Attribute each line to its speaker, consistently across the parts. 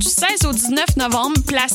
Speaker 1: 16 au 19 novembre, place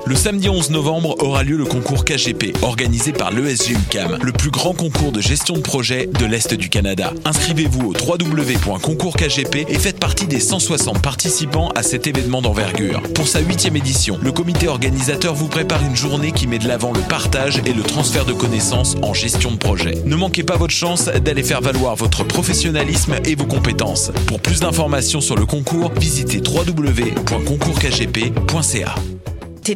Speaker 2: Le samedi 11 novembre aura lieu le concours KGP, organisé par l'ESG UCAM, le plus grand concours de gestion de projet de l'Est du Canada. Inscrivez-vous au www.concourskgp et faites partie des 160 participants à cet événement d'envergure. Pour sa huitième édition, le comité organisateur vous prépare une journée qui met de l'avant le partage et le transfert de connaissances en gestion de projet. Ne manquez pas votre chance d'aller faire valoir votre professionnalisme et vos compétences. Pour plus d'informations sur le concours, visitez www.concourskgp.ca.
Speaker 3: T'es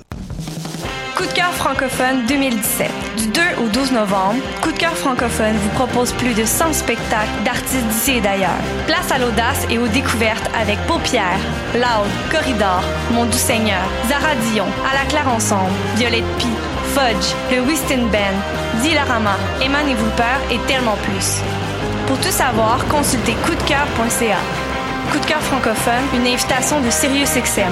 Speaker 4: Coup de cœur francophone 2017. Du 2 au 12 novembre, Coup de cœur francophone vous propose plus de 100 spectacles d'artistes d'ici et d'ailleurs. Place à l'audace et aux découvertes avec Paupières, Loud, Corridor, Mon Doux Seigneur, Zara Dion, À la Claire Ensemble, Violette Pie, Fudge, Le Whiston Band, Dilarama, Eman et Vooper et tellement plus. Pour tout savoir, consultez coupdecoeur.ca. Coup de cœur francophone, une invitation de Sirius XM.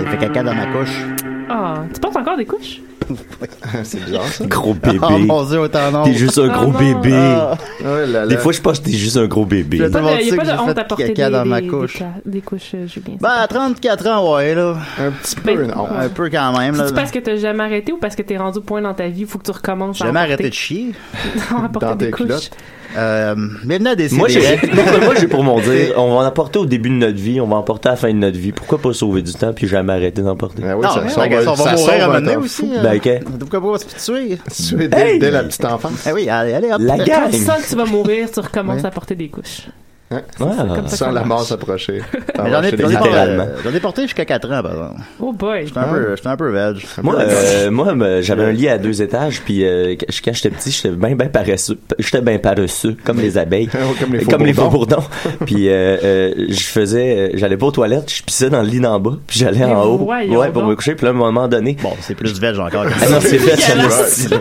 Speaker 5: Il fait caca dans ma couche.
Speaker 6: Ah, tu portes encore des couches?
Speaker 7: C'est bizarre, ça.
Speaker 5: Gros bébé.
Speaker 7: Oh mon dieu, autant non.
Speaker 5: T'es juste un
Speaker 6: Ah
Speaker 5: gros
Speaker 6: non.
Speaker 5: bébé.
Speaker 7: Ah, ouais, là, là.
Speaker 5: Des fois, je pense que t'es juste un gros bébé.
Speaker 7: Je-
Speaker 6: Il n'y a
Speaker 7: Tout le
Speaker 6: pas
Speaker 7: monde
Speaker 6: de, y a
Speaker 7: sait
Speaker 6: pas
Speaker 7: que
Speaker 6: de
Speaker 7: j'ai
Speaker 6: honte
Speaker 7: fait
Speaker 6: à porter des,
Speaker 7: caca dans ma
Speaker 6: des-
Speaker 7: couche.
Speaker 6: des ca- des couches, euh, Julien.
Speaker 7: Ben, à 34 ans, ouais, là. un petit peu,
Speaker 6: Ben,
Speaker 7: non.
Speaker 6: ouais.
Speaker 7: Un peu quand même, là.
Speaker 6: C'est parce que t'as jamais arrêté ou parce que t'es rendu au point dans ta vie, faut que tu recommences.
Speaker 7: J'ai jamais arrêté de chier.
Speaker 6: chier.
Speaker 7: dans tes
Speaker 6: des couches.
Speaker 7: culottes. Euh, mais venez à des
Speaker 5: Moi, j'ai,
Speaker 7: CDR.
Speaker 5: moi, j'ai pour mon dire, on va en apporter au début de notre vie, on va en porter à la fin de notre vie. Pourquoi pas sauver du temps puis jamais arrêter d'en porter?
Speaker 7: Ben oui,
Speaker 5: Non,
Speaker 7: ça,
Speaker 5: mais
Speaker 7: ça,
Speaker 5: on va-
Speaker 7: on va,
Speaker 5: ça
Speaker 7: mourir à un
Speaker 5: sauve
Speaker 7: moment
Speaker 5: un
Speaker 7: donné
Speaker 5: temps
Speaker 7: aussi.
Speaker 5: fou.
Speaker 7: euh.
Speaker 8: hein.
Speaker 5: Ben, ok.
Speaker 7: Pourquoi pas on va se tuer?
Speaker 5: Tu es
Speaker 7: dès-
Speaker 5: dès
Speaker 7: la petite enfance. Eh oui, allez, allez, hop.
Speaker 5: La
Speaker 7: Euh,
Speaker 5: gang!
Speaker 6: Quand tu sens que tu vas mourir, tu recommences à porter des couches.
Speaker 5: Ah.
Speaker 6: ça.
Speaker 7: Hein? Sans la
Speaker 6: marche.
Speaker 7: mort s'approcher. Ah,
Speaker 5: j'en ai-
Speaker 7: j'étais
Speaker 5: j'en ai-
Speaker 7: littéralement. Ah.
Speaker 5: Littéralement.
Speaker 7: euh, J'en ai porté jusqu'à 4 ans, par exemple.
Speaker 6: Oh boy.
Speaker 7: J'étais un peu, j'étais un peu veg.
Speaker 5: Moi, euh, moi ben, j'avais un lit à deux étages, puis euh, qu- quand j'étais petit, j'étais bien ben paresseux. J'étais bien paresseux, comme les abeilles.
Speaker 7: Comme les
Speaker 5: comme les faux
Speaker 7: faux-bourdons.
Speaker 5: bourdons. puis euh, euh, je faisais, euh, j'allais pas aux toilettes, je pissais dans le lit d'en bas, puis j'allais
Speaker 6: Mais
Speaker 5: en haut,
Speaker 6: voyons
Speaker 5: ouais, pour
Speaker 6: donc.
Speaker 5: me coucher. Puis là, à un moment donné,
Speaker 7: Bon, c'est plus veg encore.
Speaker 5: Ah non, c'est fait, ça
Speaker 7: Dégueulasse.
Speaker 5: me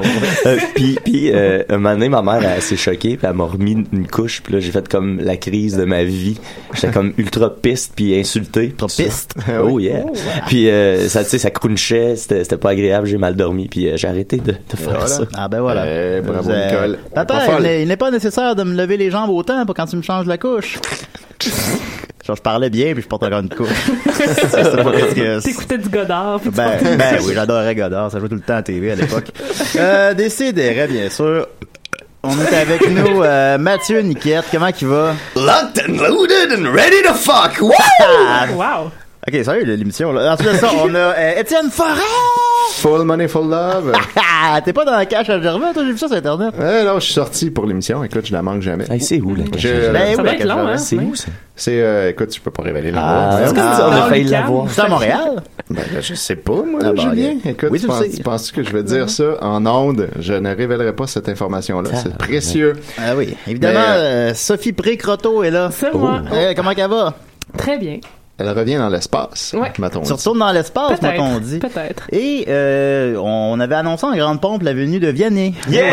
Speaker 5: Euh, Puis, puis euh, un moment donné, ma mère, elle s'est choquée, puis elle m'a remis une couche, puis là, j'ai fait comme la crise de ma vie. J'étais comme ultra piste, puis insulté.
Speaker 7: Ultra piste.
Speaker 5: Oh yeah. Puis, euh, ça, tu sais, ça crunchait, c'était c'était pas agréable, j'ai mal dormi, puis euh, j'ai arrêté de, de faire
Speaker 7: Voilà.
Speaker 5: ça.
Speaker 7: Ah ben voilà. Eh, bravo, Vous, euh, Nicole. On va
Speaker 8: Papa,
Speaker 7: faire
Speaker 8: il
Speaker 7: le-
Speaker 8: n'est- il n'est pas nécessaire de me lever les jambes autant pour quand tu me changes la couche.
Speaker 7: Genre, je parlais bien, puis je porte encore une couche. c'est pas parce que-
Speaker 6: T'écoutais du Godard. puis tu
Speaker 7: ben, ben oui, j'adorais Godard, ça jouait tout le temps à TV à l'époque. Euh, Décidérez, bien sûr. On est avec nous, euh, Mathieu Niquette, comment qu'il va?
Speaker 5: Locked and loaded and ready to fuck! What?
Speaker 7: Ah!
Speaker 6: Wow.
Speaker 7: Ok, sérieux, l'émission, là. Ensuite de ça, on a euh, Étienne Forêt!
Speaker 9: Full Money, Full Love.
Speaker 8: Ah, t'es pas dans la cache à Gervais, toi, j'ai vu ça sur Internet.
Speaker 9: Eh non, je suis sorti pour l'émission. Écoute, je la manque jamais.
Speaker 5: Hey, c'est où, la cache
Speaker 9: J'ai,
Speaker 5: à Gervais?
Speaker 9: euh,
Speaker 8: Ben
Speaker 6: Ça
Speaker 8: oui,
Speaker 6: va être long, hein?
Speaker 5: C'est
Speaker 6: oui.
Speaker 5: où, ça?
Speaker 9: C'est, euh, écoute, je peux pas révéler la
Speaker 5: Ah,
Speaker 9: voix. hein.
Speaker 5: c'est comme ça, on a failli l'avoir.
Speaker 8: C'est à Montréal.
Speaker 9: Ben, là, je sais pas, moi,
Speaker 8: Ah,
Speaker 9: là,
Speaker 8: bah,
Speaker 9: Julien.
Speaker 8: ok.
Speaker 9: Écoute,
Speaker 8: Oui,
Speaker 9: tu
Speaker 8: tu le
Speaker 9: penses,
Speaker 8: sais.
Speaker 9: tu penses que je vais
Speaker 5: Ah.
Speaker 9: dire ça en ondes? Je ne révélerai pas cette information-là. C'est précieux.
Speaker 8: Ah oui, évidemment,
Speaker 9: Mais,
Speaker 8: euh, Sophie Pré-Croteau est là.
Speaker 6: C'est moi.
Speaker 8: Eh, comment qu'elle va?
Speaker 6: Très bien.
Speaker 9: Elle revient dans l'espace,
Speaker 6: Ouais.
Speaker 9: m'a-t-on
Speaker 8: Tu
Speaker 9: dit.
Speaker 8: retournes dans l'espace, moi, qu'on dit.
Speaker 6: Peut-être. Peut-être.
Speaker 8: Et euh, on avait annoncé en grande pompe la venue de Vianney.
Speaker 5: Yeah!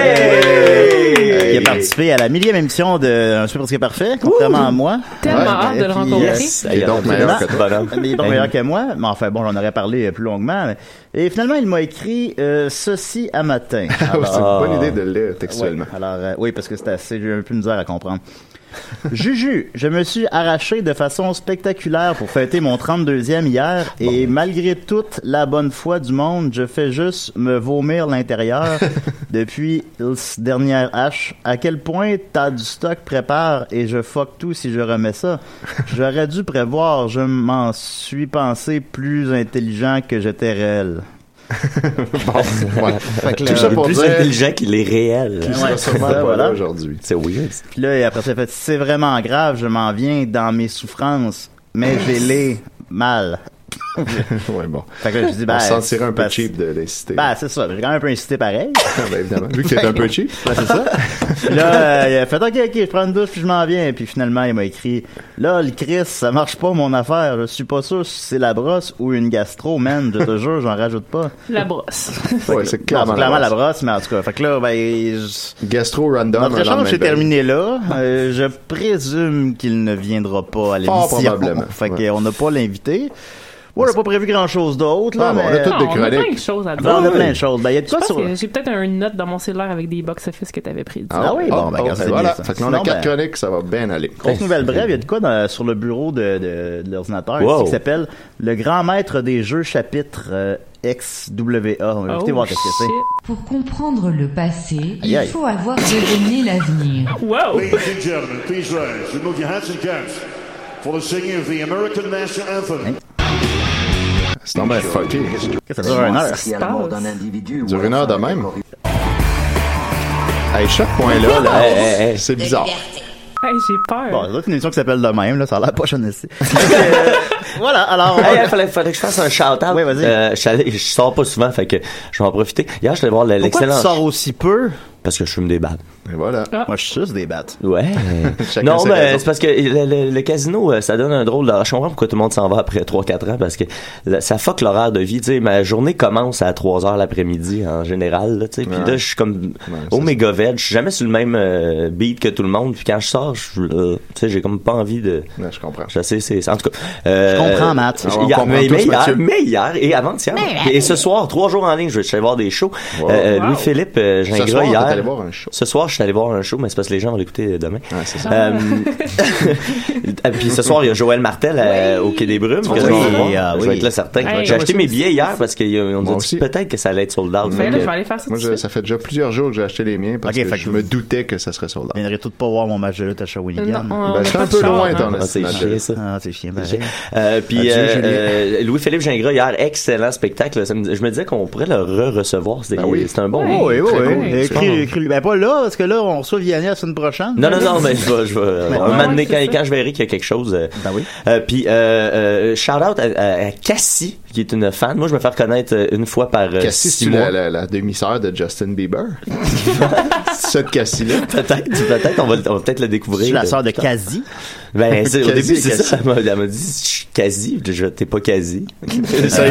Speaker 8: Qui a participé à la millième émission de Un Super Presque Parfait, contrairement à moi.
Speaker 6: Tellement
Speaker 9: Ouais,
Speaker 6: hâte de le
Speaker 8: puis,
Speaker 6: rencontrer.
Speaker 5: Yes!
Speaker 9: Il est donc meilleur que toi.
Speaker 6: Ben,
Speaker 5: Bonhomme.
Speaker 8: Mais il est pas
Speaker 5: Hey.
Speaker 8: meilleur que moi. Mais enfin, bon, j'en aurais parlé euh, plus longuement. mais- Et finalement, il m'a écrit euh, ceci à matin.
Speaker 9: Ah,
Speaker 8: Alors,
Speaker 9: ouais, c'est une bonne
Speaker 5: Ah.
Speaker 9: idée de le lire
Speaker 8: Ouais,
Speaker 9: textuellement.
Speaker 8: alors, euh, oui, parce que c'est assez, j'ai un peu de misère à comprendre. Juju, je me suis arraché de façon spectaculaire pour fêter mon 32e hier et malgré toute la bonne foi du monde, je fais juste me vomir l'intérieur depuis ce dernière hache. À quel point t'as du stock prépare et je fuck tout si je remets ça. J'aurais dû prévoir, je m'en suis pensé plus intelligent que j'étais réel.
Speaker 9: Bon, voilà. Tout ça
Speaker 5: Il est
Speaker 9: pour
Speaker 5: plus
Speaker 9: dire
Speaker 5: intelligent qu'il est réel.
Speaker 9: qu'il sera
Speaker 8: Ouais,
Speaker 7: Ben
Speaker 9: sûrement
Speaker 8: ça,
Speaker 9: pas
Speaker 8: voilà.
Speaker 9: là aujourd'hui.
Speaker 5: C'est weird.
Speaker 8: Puis là, et après ça, il fait c'est vraiment grave, je m'en viens dans mes souffrances, mais je les mal.
Speaker 9: Ouais, bon.
Speaker 8: Fait que là, je dis, bah.
Speaker 9: On se sentirait ben, un peu
Speaker 8: bah,
Speaker 9: cheap de les citer.
Speaker 8: Bah, c'est ça, j'ai quand même un peu incité pareil.
Speaker 9: Ah, ben, évidemment. Vu qu'il est un peu cheap.
Speaker 8: Ouais, c'est ça. Puis là, euh, il a fait OK, OK, je prends une douche puis je m'en viens. Puis finalement, il m'a écrit Là, le Chris, ça marche pas mon affaire. Je suis pas sûr si c'est la brosse ou une gastro, man. Je te jure, j'en rajoute pas.
Speaker 6: La brosse.
Speaker 9: Ouais, c'est clairement,
Speaker 8: la brosse, mais en tout cas. Fait que là, ben. je-
Speaker 9: Gastro
Speaker 8: Notre
Speaker 9: random. un lendemain
Speaker 8: échange
Speaker 9: de
Speaker 8: s'est
Speaker 9: veille.
Speaker 8: terminé là. Euh, je présume qu'il ne viendra pas à
Speaker 9: Fort
Speaker 8: l'émission.
Speaker 9: probablement.
Speaker 8: Fait
Speaker 9: Ouais.
Speaker 8: qu'on n'a pas l'invité. Ouais, on n'a pas prévu grand chose d'autre, là,
Speaker 9: Ah, bon, on
Speaker 8: mais-
Speaker 9: a tout
Speaker 6: Ah,
Speaker 9: des
Speaker 6: on a plein de
Speaker 9: chroniques.
Speaker 6: choses à dire.
Speaker 8: Ben, on a plein de choses. Ben, il y a de
Speaker 6: Je
Speaker 8: quoi
Speaker 6: pense
Speaker 8: sur...
Speaker 6: que j'ai peut-être une note dans mon cellulaire avec des box-office que t'avais pris.
Speaker 8: Ah oui, bon, ben,
Speaker 9: oh,
Speaker 8: regarde, c'est
Speaker 9: voilà.
Speaker 8: bien, ça.
Speaker 9: Fait que là, on
Speaker 8: Sinon,
Speaker 9: a quatre
Speaker 8: ben-
Speaker 9: chroniques, ça va bien aller.
Speaker 8: Grosse nouvelle brève, il y a de quoi dans- sur le bureau de, de- de l'ordinateur
Speaker 5: Wow.
Speaker 8: ici qui s'appelle Le grand maître des jeux chapitre euh, XWA.
Speaker 6: Oh,
Speaker 8: On va écouter voir qu'est-ce que c'est.
Speaker 10: Pour comprendre le passé,
Speaker 8: Aïe, aïe.
Speaker 10: il faut avoir deviné l'avenir.
Speaker 6: c'est. Wow!
Speaker 9: C'est normal, fucké.
Speaker 8: Ça dure une heure.
Speaker 6: se passe?
Speaker 9: Dure une heure de même. Hey, chaque point-là, là,
Speaker 5: Hey, hey, hey.
Speaker 9: c'est bizarre.
Speaker 6: Hey, j'ai peur.
Speaker 8: Bon, c'est une émission qui s'appelle de même, là, ça a l'air pas chonessi. Euh, voilà, alors... euh, on va-
Speaker 5: Hey, hey, fallait, fallait que je fasse un shout-out.
Speaker 8: Oui, vas-y.
Speaker 5: Euh, je, suis allé- je sors pas souvent, fait que je vais en profiter. Hier, je suis allé voir le-
Speaker 8: Pourquoi tu
Speaker 5: l'excellent...
Speaker 8: sors aussi peu? Ah.
Speaker 5: Parce que je fume des battes.
Speaker 9: Et voilà.
Speaker 8: Moi, je suce des battes.
Speaker 5: Ouais.
Speaker 9: Chacun
Speaker 5: non,
Speaker 9: ses
Speaker 5: mais
Speaker 9: raisons.
Speaker 5: c'est parce que le, le- le casino, euh, ça donne un drôle d'heure. Je comprends pourquoi tout le monde s'en va après 3-4 ans, parce que la- ça fuck l'horaire de vie. Tu sais, ma journée commence à 3 heures l'après-midi, en général. Là, tu sais. Puis
Speaker 9: Ouais.
Speaker 5: là, je suis comme
Speaker 9: c'est
Speaker 5: au méga veg. Je suis jamais sur le même euh, beat que tout le monde. Puis quand je sors, je, euh, tu sais, j'ai comme pas envie de...
Speaker 9: Ouais, je comprends.
Speaker 5: Je sais, c'est... En tout cas... euh,
Speaker 8: Je comprends, Matt.
Speaker 5: je-
Speaker 9: On
Speaker 5: hier-
Speaker 9: comprend
Speaker 5: mais,
Speaker 9: tous,
Speaker 5: mais hier,
Speaker 9: Mathieu.
Speaker 5: mais hier et avant-hier. Et, et ce soir, trois jours en ligne, je vais aller voir des shows.
Speaker 9: Wow.
Speaker 5: Euh,
Speaker 6: Wow.
Speaker 5: Louis-Philippe euh,
Speaker 9: Ce
Speaker 5: Gingras,
Speaker 9: soir, t'es
Speaker 5: hier...
Speaker 9: allé voir un show.
Speaker 5: Ce soir, je suis allé voir un show, mais c'est parce que les gens vont l'écouter demain.
Speaker 9: Ouais, c'est ça.
Speaker 5: Euh, ah, puis ce soir, il y a Joël Martel à- au Quai des Brumes. que je vais
Speaker 8: Oui,
Speaker 5: aller voir.
Speaker 8: ah,
Speaker 5: Je
Speaker 8: oui.
Speaker 5: vais être là certain.
Speaker 6: Hey,
Speaker 5: J'ai
Speaker 6: moi
Speaker 5: acheté
Speaker 6: aussi,
Speaker 5: mes
Speaker 6: aussi,
Speaker 5: billets hier parce qu'on nous
Speaker 9: Moi
Speaker 5: a dit
Speaker 9: aussi.
Speaker 5: peut-être que ça allait être sold out. Fait
Speaker 6: Fait là,
Speaker 5: que-
Speaker 6: je vais aller faire ça tout
Speaker 9: Moi,
Speaker 6: de
Speaker 9: je-
Speaker 6: suite.
Speaker 9: ça fait déjà plusieurs jours que j'ai acheté les miens parce
Speaker 8: Ok,
Speaker 9: que
Speaker 8: fait
Speaker 9: je
Speaker 8: que-
Speaker 9: me doutais que ça serait sur
Speaker 8: Je
Speaker 9: l'art.
Speaker 8: viendrais tout pas voir mon match de lutte à Shawinigan.
Speaker 6: Non, on- on
Speaker 9: Ben, je
Speaker 6: a
Speaker 9: suis
Speaker 6: pas
Speaker 9: un
Speaker 6: de
Speaker 9: peu
Speaker 6: char,
Speaker 9: loin,
Speaker 6: hein.
Speaker 9: ton
Speaker 5: Ah, c'est chiant, ça.
Speaker 8: Ah, c'est chiant,
Speaker 5: J'ai-
Speaker 8: pareil.
Speaker 5: Euh, puis
Speaker 9: Adieu,
Speaker 5: euh,
Speaker 9: Julien.
Speaker 5: euh, Louis-Philippe Gingras hier, excellent spectacle. Ça me- je me disais qu'on pourrait le re-recevoir. C'est
Speaker 9: Ben oui.
Speaker 5: c'est un bon.
Speaker 8: Oui,
Speaker 6: Ouais.
Speaker 8: oui,
Speaker 9: Très bon,
Speaker 8: oui.
Speaker 9: excellent.
Speaker 8: Écris-lui, écris-lui. Ben pas là, parce que là, on reçoit Vianney la semaine prochaine.
Speaker 5: Non, non, non, mais je vais, je vais, un
Speaker 8: ouais,
Speaker 5: moment donné,
Speaker 6: c'est
Speaker 5: quand,
Speaker 6: ça.
Speaker 5: quand je verrai qu'il y a quelque chose. euh,
Speaker 8: Ben oui.
Speaker 5: euh, puis, euh, euh, shout out à, à- à Cassie, qui est une fan. Moi, je me fais reconnaître euh, une fois par euh,
Speaker 9: Cassie,
Speaker 5: six
Speaker 9: c'est la,
Speaker 5: mois.
Speaker 9: la, la demi-sœur de Justin Bieber. Cette Cassie-là.
Speaker 5: Peut-être, peut-être, on va, on va peut-être le découvrir.
Speaker 8: Je suis la sœur de
Speaker 5: Putain.
Speaker 8: Kazi.
Speaker 5: Ben, c'est- au
Speaker 9: Quasi,
Speaker 5: début, c'est
Speaker 9: quasi.
Speaker 5: ça. Elle m'a, elle m'a dit, je suis quasi. Je, t'es pas quasi.
Speaker 9: Essaye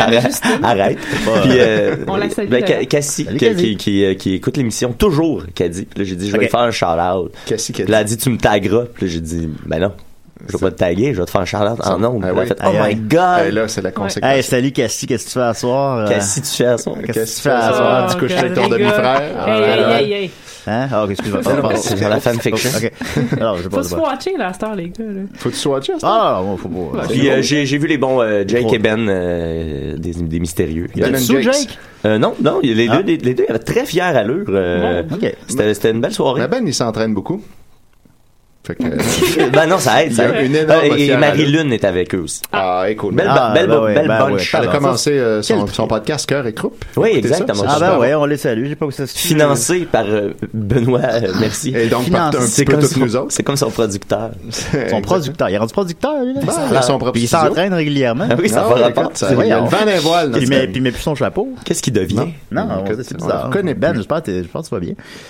Speaker 5: Arrête. Arrête. Puis, euh,
Speaker 6: On la salue,
Speaker 5: ben, Ca-
Speaker 6: d'ailleurs.
Speaker 5: Cassie,
Speaker 8: Salut,
Speaker 5: qui,
Speaker 8: Cassie.
Speaker 5: qui- qui, euh, qui écoute l'émission toujours, qu'elle dit. Puis là, j'ai dit, je vais
Speaker 8: Ok.
Speaker 5: lui faire un shout-out.
Speaker 9: Cassie qui a
Speaker 5: Puis là, elle
Speaker 9: dit-
Speaker 5: dit, tu me tagueras. Puis là, j'ai dit, ben non. Je vais pas te taguer, je vais te faire un shout-out en ondes. Puis
Speaker 9: Ah
Speaker 5: elle a
Speaker 9: oui.
Speaker 5: fait,
Speaker 8: Ah
Speaker 5: oh my
Speaker 8: oui.
Speaker 5: god.
Speaker 9: Eh, là, c'est la
Speaker 8: Hey,
Speaker 9: conséquence.
Speaker 8: salut Cassie, qu'est-ce que tu fais à soir? euh,
Speaker 5: Cassie, tu fais à son.
Speaker 8: Qu'est-ce que tu fais
Speaker 6: Ah,
Speaker 8: à soir?
Speaker 9: tu couches avec ton
Speaker 6: regarde, les gars.
Speaker 9: demi-frère.
Speaker 6: Hey, hey,
Speaker 9: Ah,
Speaker 6: hey, hey.
Speaker 8: Hein? Ah, ok, excuse-moi.
Speaker 5: Ah, non, c'est dans la fanfiction.
Speaker 8: Ok. Alors, je sais
Speaker 6: Faut
Speaker 8: pas. je sais
Speaker 6: se
Speaker 8: pas.
Speaker 6: watcher, là, à cette heure, les gars. là.
Speaker 9: Faut que tu sois hein? Justin.
Speaker 8: Ah, non, faut pas.
Speaker 5: Puis euh, j'ai, j'ai vu les bons euh, Jake
Speaker 8: Trois.
Speaker 5: et Ben, euh, des, des mystérieux. Il y a-
Speaker 9: Dylan
Speaker 8: Sous
Speaker 9: Jakes.
Speaker 8: Jake?
Speaker 5: Euh, non, non, les
Speaker 8: Ah.
Speaker 5: deux, les, les deux avaient très fière allure. euh,
Speaker 8: Ok.
Speaker 5: C'était, c'était une belle soirée.
Speaker 9: Mais Ben, il s'entraîne beaucoup. Fait que, euh,
Speaker 5: ben non, ça aide.
Speaker 9: Il y a
Speaker 5: Ça aide.
Speaker 9: une énorme
Speaker 5: Euh, et- et
Speaker 9: fière à
Speaker 5: Marie-Lune est avec eux aussi.
Speaker 9: Ah, écoute.
Speaker 5: Belle,
Speaker 9: Ah,
Speaker 5: belle,
Speaker 9: ben
Speaker 5: belle,
Speaker 9: ouais,
Speaker 5: belle
Speaker 9: ben
Speaker 5: bunch.
Speaker 9: ouais. Elle a commencé euh, son, son podcast Cœur et Croupe.
Speaker 5: Oui,
Speaker 9: Écoutez ça,
Speaker 5: exactement.
Speaker 9: c'est
Speaker 5: Ah, ben
Speaker 9: super
Speaker 5: ouais,
Speaker 9: bon.
Speaker 8: on les salue. J'ai pas où ça se
Speaker 5: Financé par euh, Benoît, euh, merci.
Speaker 9: Et donc, par- un petit
Speaker 5: C'est
Speaker 9: peu
Speaker 5: comme
Speaker 9: tous
Speaker 5: son-
Speaker 9: nous autres.
Speaker 5: C'est comme son producteur.
Speaker 9: Exactement.
Speaker 8: Son producteur. Il est rendu producteur, lui, là.
Speaker 9: Ben, il a son propre
Speaker 8: Puis il
Speaker 9: studio.
Speaker 8: s'entraîne régulièrement.
Speaker 5: Ah oui, ça va rapport.
Speaker 9: écoute, ça- il y a le vent dans les voiles.
Speaker 8: Puis il
Speaker 9: dans
Speaker 8: met-
Speaker 9: ce
Speaker 8: puis il met plus son chapeau.
Speaker 5: Qu'est-ce qu'il devient?
Speaker 9: Non.
Speaker 8: Non, on-
Speaker 9: Écoute,
Speaker 8: c'est
Speaker 9: on
Speaker 8: bizarre.
Speaker 9: le connaît
Speaker 8: ben,
Speaker 9: plus.
Speaker 8: je pense, que t'es- je pense que tu vas bien.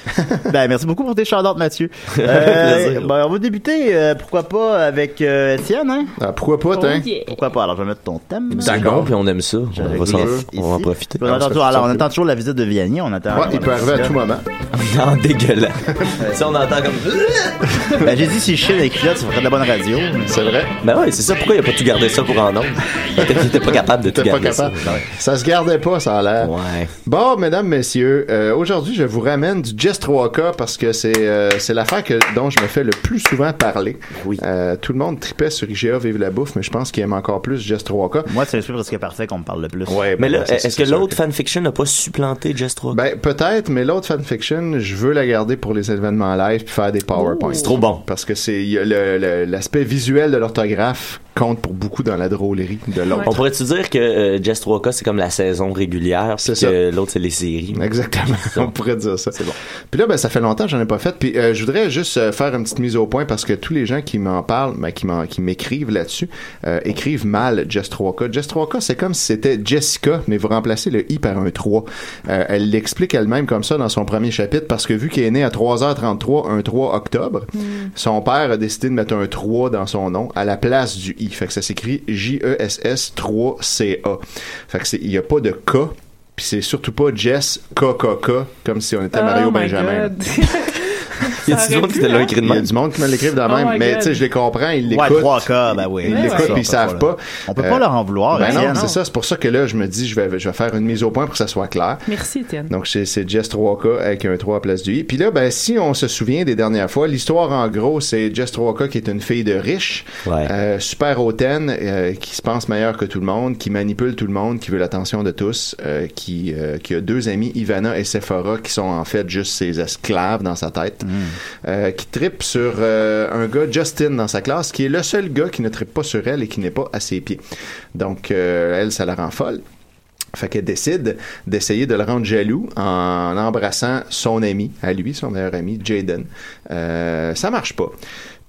Speaker 8: ben, merci beaucoup pour tes chandantes, Mathieu.
Speaker 5: Plaisir.
Speaker 8: Euh, ben, on va débuter, euh, pourquoi pas, avec euh, Étienne, hein?
Speaker 9: Ah, pourquoi pas, hein?
Speaker 8: Pourquoi pas? Alors, je vais mettre ton thème.
Speaker 5: C'est bon, puis on aime ça. On
Speaker 8: J'avais
Speaker 5: va, s'en-
Speaker 8: goûté
Speaker 5: on va en
Speaker 8: ici.
Speaker 9: Ah,
Speaker 5: profiter.
Speaker 8: On attend toujours- alors, on attend toujours la visite de Vianney. On attend.
Speaker 9: Ouais, il
Speaker 8: on
Speaker 9: peut
Speaker 8: attend
Speaker 9: arriver à
Speaker 8: ça.
Speaker 9: tout moment.
Speaker 5: Non, dégueulasse. Ah, ça, on entend comme...
Speaker 8: Ben, J'ai dit, si je chine avec culottes, ça ferait de la bonne radio. mais-
Speaker 9: C'est vrai.
Speaker 5: Ben ouais, c'est ça. Pourquoi il a pas tout gardé ça pour en ondes? Peut-être qu'il était pas capable de tout
Speaker 9: T'es pas
Speaker 5: garder
Speaker 9: capable.
Speaker 5: ça.
Speaker 9: Ça se gardait pas, ça a l'air.
Speaker 5: Ouais.
Speaker 9: Bon, mesdames, messieurs, euh, aujourd'hui, je vous ramène du Just 3K parce que c'est euh, c'est l'affaire que, dont je me fais le plus souvent parler.
Speaker 5: Oui.
Speaker 9: Euh, tout le monde tripait sur IGA Vive la bouffe, mais je pense qu'il aime encore plus Just 3K.
Speaker 8: Moi, c'est un truc presque parfait qu'on me parle le plus.
Speaker 9: Ouais,
Speaker 5: Mais
Speaker 9: ben,
Speaker 5: là,
Speaker 9: ça, c'est-
Speaker 5: est-ce
Speaker 9: c'est
Speaker 5: que
Speaker 9: sûr
Speaker 5: l'autre fanfiction n'a pas supplanté Just 3?
Speaker 9: Ben, peut-être, mais l'autre fanfiction, je veux la garder pour les événements live puis faire des PowerPoints.
Speaker 5: C'est trop bon.
Speaker 9: Parce que c'est il y a le- le- l'aspect visuel de l'orthographe compte pour beaucoup dans la drôlerie de l'autre.
Speaker 5: On pourrait-tu dire que euh, Just 3K, c'est comme la saison régulière,
Speaker 9: C'est
Speaker 5: puis que l'autre, c'est les séries?
Speaker 9: Exactement,
Speaker 5: bon.
Speaker 9: on pourrait dire ça. C'est bon. Puis là, ben, ça fait longtemps que j'en ai pas fait. Puis euh, je voudrais juste euh, faire une petite mise au point parce que tous les gens qui m'en parlent, ben, qui m'en- qui m'écrivent là-dessus, euh, écrivent mal Just 3K. Just 3K, c'est comme si c'était Jessica, mais vous remplacez le i par un 3. Euh, elle l'explique elle-même comme ça dans son premier chapitre parce que vu qu'elle est née à 3h33, un 3 octobre,
Speaker 6: Hmm.
Speaker 9: son père a décidé de mettre un 3 dans son nom à la place du i. Fait que ça s'écrit E J-E-S-S 3-C-A. Fait que c'est- il n'y a pas de K puis c'est surtout pas Jess KKK, comme si on était Mario
Speaker 6: Oh my
Speaker 9: Benjamin.
Speaker 6: God.
Speaker 5: Il y a du monde qui te l'a écrit de
Speaker 9: Il y a
Speaker 5: même.
Speaker 9: du monde qui me l'écrivent de
Speaker 6: Oh
Speaker 9: même,
Speaker 6: my
Speaker 9: mais
Speaker 6: God.
Speaker 9: tu sais, je les comprends, ils l'écoutent.
Speaker 8: Ouais, 3K, ben oui.
Speaker 9: Ils
Speaker 8: Ouais,
Speaker 9: l'écoutent,
Speaker 8: ouais.
Speaker 9: puis ils savent pas.
Speaker 8: On peut pas leur en vouloir,
Speaker 9: Ben non,
Speaker 8: Étienne.
Speaker 9: c'est ça, c'est pour ça que là, je me dis, je vais, je vais faire une mise au point pour que ça soit clair.
Speaker 6: Merci, Étienne.
Speaker 9: Donc, c'est c'est Jess 3K avec un 3 à place du I. Puis là, ben, si on se souvient des dernières fois, l'histoire, en gros, c'est Jess 3K qui est une fille de riche,
Speaker 5: Ouais.
Speaker 9: euh, super hautaine, euh, qui se pense meilleure que tout le monde, qui manipule tout le monde, qui veut l'attention de tous, euh, qui, euh, qui a deux amis, Ivana et Sephora, qui sont en fait juste ses esclaves dans sa tête, euh, qui tripe sur euh, un gars, Justin, dans sa classe, qui est le seul gars qui ne tripe pas sur elle et qui n'est pas à ses pieds. Donc, euh, elle, ça la rend folle. Fait qu'elle décide d'essayer de le rendre jaloux en embrassant son ami, à lui, son meilleur ami, Jaden. Euh, ça marche pas.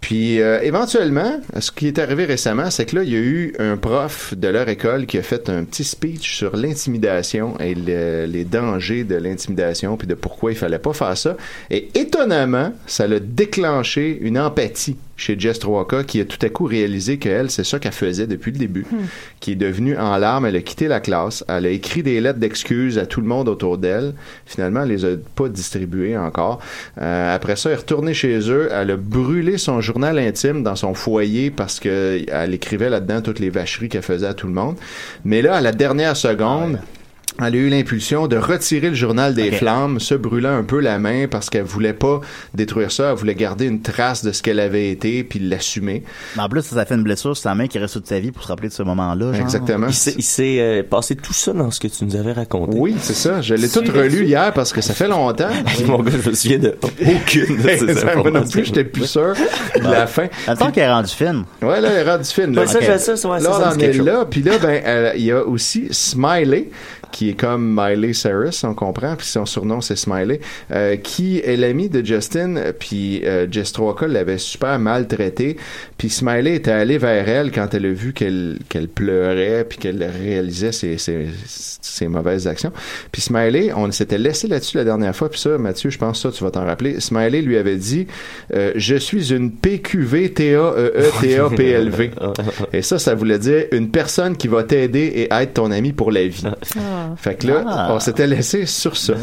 Speaker 9: Puis euh, éventuellement, ce qui est arrivé récemment, c'est que là, il y a eu un prof de leur école qui a fait un petit speech sur l'intimidation et le- les dangers de l'intimidation, puis de pourquoi il fallait pas faire ça. Et étonnamment, ça l'a déclenché une empathie chez Jess 3K qui a tout à coup réalisé qu'elle, c'est ça qu'elle faisait depuis le début, qui est devenue en larmes, elle a quitté la classe, elle a écrit des lettres d'excuses à tout le monde autour d'elle, finalement elle les a pas distribuées encore. Euh, après ça, elle est retournée chez eux, elle a brûlé son journal intime dans son foyer parce que euh, elle écrivait là-dedans toutes les vacheries qu'elle faisait à tout le monde. Mais là, à la dernière seconde, elle a eu l'impulsion de retirer le journal des flammes, se brûlant un peu la main parce qu'elle voulait pas détruire ça, elle voulait garder une trace de ce qu'elle avait été puis l'assumer.
Speaker 8: Mais en plus, ça fait une blessure sur sa main qui reste toute sa vie pour se rappeler de ce moment-là. genre.
Speaker 9: Exactement.
Speaker 5: Il s'est- il s'est euh, passé tout ça dans ce que tu nous avais raconté.
Speaker 9: Oui, c'est ça. Je l'ai tout relu hier parce que ça fait longtemps.
Speaker 5: Mon gars, je me souviens de aucune de ces
Speaker 9: Ça, moi non plus,
Speaker 5: informations.
Speaker 9: j'étais plus sûr de la fin.
Speaker 8: En tant qu'elle est rendue fine.
Speaker 9: Ouais, là, elle est rendue fine. là.
Speaker 5: Ouais, ça,
Speaker 8: Ok.
Speaker 5: je- ça, ça, ouais, ça,
Speaker 9: là,
Speaker 5: ça me dit
Speaker 9: on en est
Speaker 5: quelque chose.
Speaker 9: là. Puis là, ben, euh, il y a aussi Smiley, qui est comme Miley Cyrus, on comprend. Puis son surnom, c'est Smiley, euh, qui est l'ami de Justin. Puis euh, Jess Troika l'avait super maltraité. Puis Smiley était allé vers elle quand elle a vu qu'elle qu'elle pleurait, puis qu'elle réalisait ses, ses, ses mauvaises actions. Puis Smiley, on s'était laissé là-dessus la dernière fois. Puis ça, Mathieu, je pense que ça, tu vas t'en rappeler. Smiley lui avait dit euh, Je suis une PQV E TAEE-TAPLV. Et ça, ça voulait dire une personne qui va t'aider et être ton ami pour la vie. Fait que là,
Speaker 8: Ah.
Speaker 9: on s'était laissé sur ça.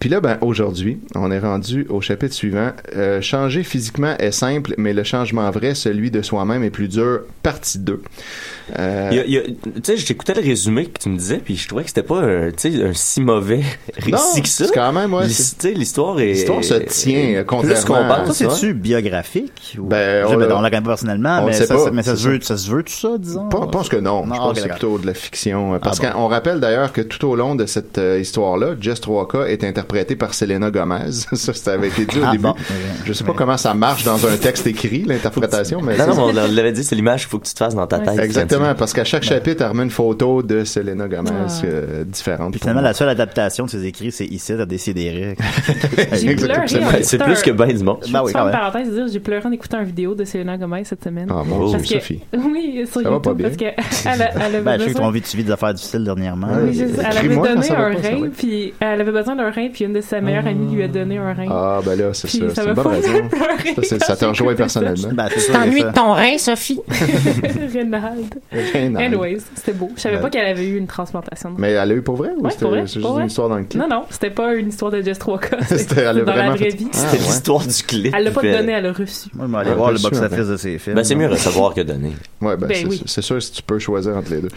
Speaker 9: Puis là, ben, aujourd'hui, on est rendu au chapitre suivant. Euh, changer physiquement est simple, mais le changement vrai, celui de soi-même, est plus dur. Partie 2. Euh,
Speaker 5: Il y a- il y a- Tu sais, j'écoutais le résumé que tu me disais, puis je trouvais que c'était pas un, tu sais, un si mauvais
Speaker 9: non,
Speaker 5: récit que ça.
Speaker 9: c'est quand même, ouais,
Speaker 5: L'his-
Speaker 9: c'est-
Speaker 5: tu sais, L'histoire est.
Speaker 9: L'histoire se tient,
Speaker 5: est-
Speaker 9: contrairement
Speaker 5: Plus qu'on
Speaker 9: à-
Speaker 8: Ça,
Speaker 5: pense, ouais.
Speaker 8: c'est-tu biographique? ou-
Speaker 9: Ben,
Speaker 8: Je
Speaker 9: on
Speaker 8: sais,
Speaker 9: l'a-
Speaker 8: on la connaît pas personnellement,
Speaker 9: on
Speaker 8: mais
Speaker 9: le sait
Speaker 8: ça,
Speaker 9: pas,
Speaker 8: ça- mais ça
Speaker 9: c'est
Speaker 8: se veut, ça se veut tout ça, disons?
Speaker 9: Je pense que non.
Speaker 8: Non,
Speaker 9: je pense
Speaker 8: ok,
Speaker 9: que c'est
Speaker 8: d'accord.
Speaker 9: plutôt de la fiction. euh, Parce
Speaker 8: Ah bon.
Speaker 9: qu'on rappelle d'ailleurs que tout au long de cette euh, histoire-là, Jess 3K est interprété par Selena Gomez. ça, ça avait été
Speaker 8: Ah
Speaker 9: dit au début. Je sais pas comment ça marche dans un texte écrit, l'interprétation, mais.
Speaker 5: Non, non, on l'avait dit, c'est l'image qu'il faut que tu te fasses dans ta tête.
Speaker 9: Exactement, parce qu'à chaque chapitre, elle remet une photo de Selena Gomez
Speaker 6: Ah.
Speaker 9: euh, différente.
Speaker 8: Puis finalement, la seule adaptation de ses écrits, c'est ici, à décider.
Speaker 6: J'ai pleuré.
Speaker 5: C'est plus que ben du monde.
Speaker 8: Ah
Speaker 6: Je vais faire une parenthèse dire j'ai pleuré en écoutant une vidéo de Selena Gomez cette semaine.
Speaker 9: Ah, bon,
Speaker 6: Parce que-
Speaker 9: Sophie.
Speaker 6: Oui, sur
Speaker 9: Ça va pas
Speaker 6: YouTube.
Speaker 9: bien.
Speaker 6: Parce qu'elle a, elle avait
Speaker 8: Ben, je sais que
Speaker 6: besoin...
Speaker 8: ton vie, tu vis des affaires difficiles dernièrement.
Speaker 6: Oui, je- elle avait
Speaker 9: Écris-moi quand
Speaker 6: donné
Speaker 9: ça va
Speaker 6: un
Speaker 9: pas, ça, oui.
Speaker 6: rein, puis elle avait besoin d'un rein, puis une de sa meilleure amie lui a donné un rein.
Speaker 9: Ah, ben là, c'est
Speaker 6: Puis
Speaker 9: ça.
Speaker 6: ça
Speaker 9: C'est une
Speaker 6: m'a
Speaker 9: bonne
Speaker 6: fait
Speaker 9: raison.
Speaker 6: pleurer
Speaker 9: Ça, c'est- ça
Speaker 6: quand
Speaker 9: te rejoint
Speaker 6: j'écoutais ça.
Speaker 9: personnellement.
Speaker 8: Ben, c'est
Speaker 11: Tu
Speaker 8: sûr,
Speaker 11: t'ennuies
Speaker 8: ça.
Speaker 11: de ton rein, Sophie?
Speaker 6: Reynald.
Speaker 9: Reynald.
Speaker 6: Anyways, c'était beau. Je savais
Speaker 9: Ben-
Speaker 6: pas qu'elle avait eu une transplantation. de-
Speaker 9: Mais elle a eu pour vrai ou
Speaker 6: Ouais,
Speaker 9: c'était
Speaker 6: pour vrai,
Speaker 9: c'est juste
Speaker 6: pour vrai.
Speaker 9: une histoire dans le clip?
Speaker 6: Non, non, c'était pas une histoire de Just 3K.
Speaker 9: C'était- elle a
Speaker 6: C'était dans la
Speaker 9: vraiment
Speaker 6: vraie
Speaker 9: fait-
Speaker 6: vie.
Speaker 9: Ah,
Speaker 5: C'est
Speaker 9: ouais.
Speaker 5: l'histoire du clip.
Speaker 6: Elle l'a pas
Speaker 5: Puis, euh,
Speaker 6: donné, elle l'a reçu.
Speaker 8: Moi, je vais aller
Speaker 9: Ah,
Speaker 8: voir le
Speaker 9: bien sûr,
Speaker 8: box-office de ses films.
Speaker 5: Ben, c'est mieux recevoir que donner.
Speaker 9: Ouais, ben,
Speaker 6: Ben
Speaker 9: c'est
Speaker 6: oui.
Speaker 9: c'est sûr si tu peux choisir entre les deux.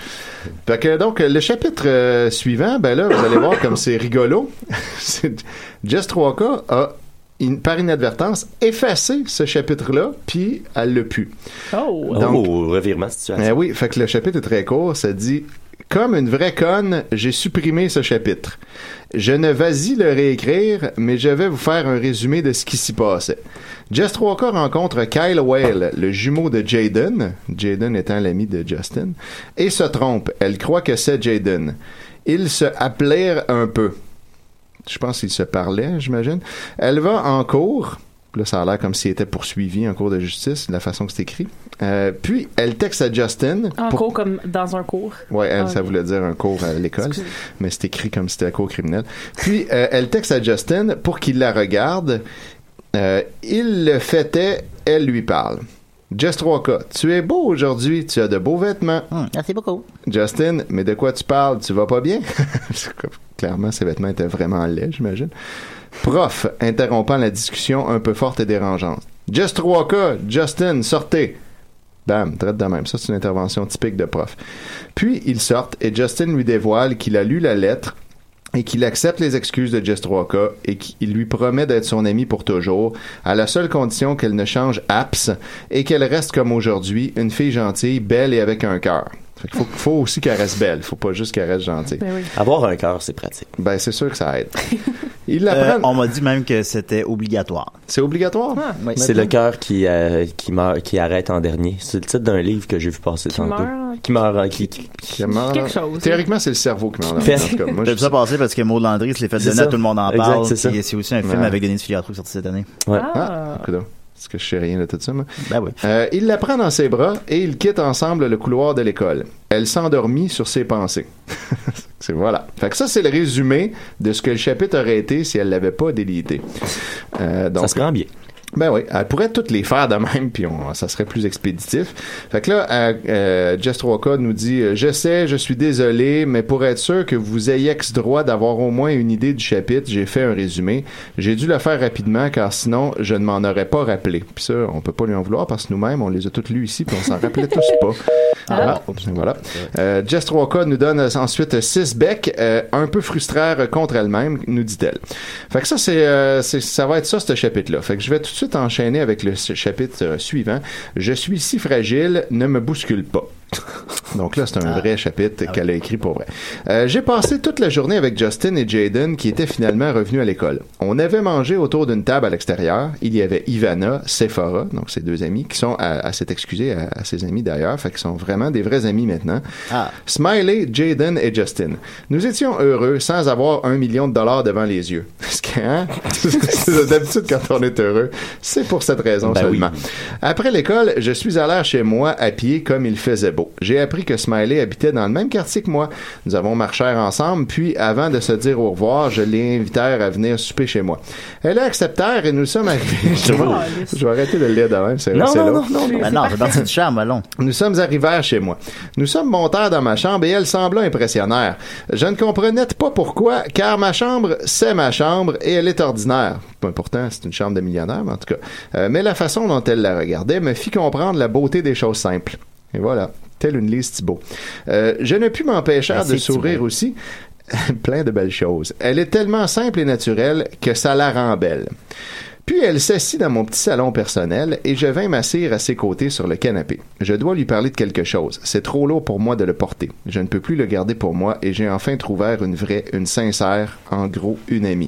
Speaker 9: Fait que, donc, le chapitre euh, suivant, ben là, vous allez voir comme c'est rigolo. C'est- Jess 3K a, in- par inadvertance, effacé ce chapitre-là, puis elle le pue.
Speaker 6: Oh!
Speaker 9: Donc-
Speaker 5: oh, revirement de situation.
Speaker 9: Eh oui, fait que le chapitre est très court, ça dit Comme une vraie conne, j'ai supprimé ce chapitre. Je ne vas-y le réécrire, mais je vais vous faire un résumé de ce qui s'y passait. Jess Walker rencontre Kyle Whale, le jumeau de Jaden, Jaden étant l'ami de Justin, et se trompe. Elle croit que c'est Jaden. Ils se appelèrent un peu. Je pense qu'ils se parlaient, j'imagine. Elle va en cours. Là, ça a l'air comme s'il était poursuivi en cours de justice, de la façon que c'est écrit. Euh, puis, elle texte à Justin.
Speaker 6: En
Speaker 9: pour-
Speaker 6: cours comme dans un cours.
Speaker 9: Ouais, elle,
Speaker 6: Ah,
Speaker 9: ça
Speaker 6: ok.
Speaker 9: voulait dire un cours à l'école,
Speaker 6: Excusez.
Speaker 9: mais c'est écrit comme si c'était un cours criminel. Puis, euh, elle texte à Justin pour qu'il la regarde. Euh, il le fêtait, elle lui parle. Jess 3K, tu es beau aujourd'hui, tu as de beaux vêtements.
Speaker 6: Hmm.
Speaker 8: Merci beaucoup.
Speaker 9: Justin, mais de quoi tu parles? Tu vas pas bien? C'est comme- Clairement, ses vêtements étaient vraiment laids, j'imagine. Prof, interrompant la discussion un peu forte et dérangeante. Just 3K, Justin, sortez! Bam, traite de même. Ça, c'est une intervention typique de prof. Puis, ils sortent et Justin lui dévoile qu'il a lu la lettre et qu'il accepte les excuses de Jess 3K et qu'il lui promet d'être son ami pour toujours, à la seule condition qu'elle ne change apps et qu'elle reste comme aujourd'hui, une fille gentille, belle et avec un cœur. Fait qu'il faut, faut aussi qu'elle reste belle, faut pas juste qu'elle reste gentille.
Speaker 6: Ben oui.
Speaker 5: Avoir un cœur, c'est pratique.
Speaker 9: Ben c'est sûr que ça aide. Il
Speaker 8: Euh,
Speaker 9: l'apprend.
Speaker 8: on m'a dit même que c'était obligatoire.
Speaker 9: C'est obligatoire.
Speaker 6: Ah,
Speaker 5: C'est le cœur qui, euh, qui meurt, qui arrête en dernier. C'est le titre d'un livre que j'ai vu passer
Speaker 6: Qui
Speaker 5: tantôt.
Speaker 6: meurt.
Speaker 5: Qui meurt, hein, qui, qui-
Speaker 9: Clairement,
Speaker 6: Quelque
Speaker 9: là,
Speaker 6: chose.
Speaker 9: Théoriquement, c'est le cerveau qui m'en a. En
Speaker 5: Fait-
Speaker 9: tout cas, moi, je
Speaker 8: J'ai hein. vu ça passer parce que Maud Landry se l'est fait
Speaker 5: C'est
Speaker 8: donner
Speaker 5: ça.
Speaker 8: à tout le monde en
Speaker 5: Exact,
Speaker 8: parle.
Speaker 5: c'est ça.
Speaker 8: puis C'est aussi un film
Speaker 9: Ouais.
Speaker 8: avec Denis Filiatro sorti cette année.
Speaker 5: Ouais.
Speaker 9: Ah, coudonc. Est-ce que je sais rien de tout ça, moi?
Speaker 8: Ben oui.
Speaker 9: Euh, il la prend dans ses bras et ils quittent ensemble le couloir de l'école. Elle s'endormit sur ses pensées. c'est voilà. Fait que ça, c'est le résumé de ce que le chapitre aurait été si elle l'avait pas délité. Euh, donc,
Speaker 5: ça se prend bien.
Speaker 9: ben oui, elle pourrait toutes les faire de même, puis on- ça serait plus expéditif. Fait que là, euh, euh, Jess 3K nous dit euh, Je sais, je suis désolé, mais pour être sûr que vous ayez ex droit d'avoir au moins une idée du chapitre, j'ai fait un résumé. J'ai dû le faire rapidement, car sinon, je ne m'en aurais pas rappelé. Puis ça, on peut pas lui en vouloir, parce que nous-mêmes, on les a toutes lues ici, puis on s'en rappelait tous pas. Ah, oups, voilà. Euh, Jess 3K nous donne euh, ensuite 6 becs, euh, un peu frustrère contre elle-même, nous dit-elle. Fait que ça, c'est, euh, c'est- ça va être ça, ce chapitre-là. Fait que je vais tout de suite enchaîner avec le s- chapitre euh, suivant. Je suis si fragile, ne me bouscule pas. Donc là, c'est un vrai chapitre qu'elle a écrit pour vrai. Euh, J'ai passé toute la journée avec Justin et Jaden qui étaient finalement revenus à l'école. On avait mangé autour d'une table à l'extérieur. Il y avait Ivana, Sephora, donc ses deux amis, qui sont à, à s'être excusés à, à ses amis d'ailleurs, fait qu'ils sont vraiment des vrais amis maintenant.
Speaker 8: Ah.
Speaker 9: Smiley, Jaden et Justin. Nous étions heureux sans avoir un million de dollars devant les yeux. Parce que, hein? D'habitude, quand on est heureux, c'est pour cette raison
Speaker 5: Ben oui.
Speaker 9: seulement. Après l'école, je suis allé chez moi à pied comme il faisait beau. J'ai appris que Smiley habitait dans le même quartier que moi. Nous avons marché ensemble, puis avant de se dire au revoir, je l'ai invité à venir souper chez moi. Elle a accepté et nous sommes arrivés. je, vais, je vais arrêter de le lire de même, c'est
Speaker 5: Non,
Speaker 9: c'est
Speaker 5: non,
Speaker 9: long.
Speaker 5: non, non, non.
Speaker 8: Ben non, c'est parti du charme, allons.
Speaker 9: Nous sommes arrivés chez moi. Nous sommes montés dans ma chambre et elle sembla impressionnaire. Je ne comprenais pas pourquoi, car ma chambre, c'est ma chambre et elle est ordinaire. Peu pourtant, c'est une chambre de millionnaire, mais en tout cas. Euh, mais la façon dont elle la regardait me fit comprendre la beauté des choses simples. Et voilà, telle une Lise Thibault. Euh, je ne pus m'empêcher
Speaker 8: Merci,
Speaker 9: de sourire
Speaker 8: Thibault.
Speaker 9: aussi. Plein de belles choses. Elle est tellement simple et naturelle que ça la rend belle. Puis elle s'assit dans mon petit salon personnel et je vins m'asseoir à ses côtés sur le canapé. Je dois lui parler de quelque chose. C'est trop lourd pour moi de le porter. Je ne peux plus le garder pour moi et j'ai enfin trouvé une vraie, une sincère, en gros, une amie.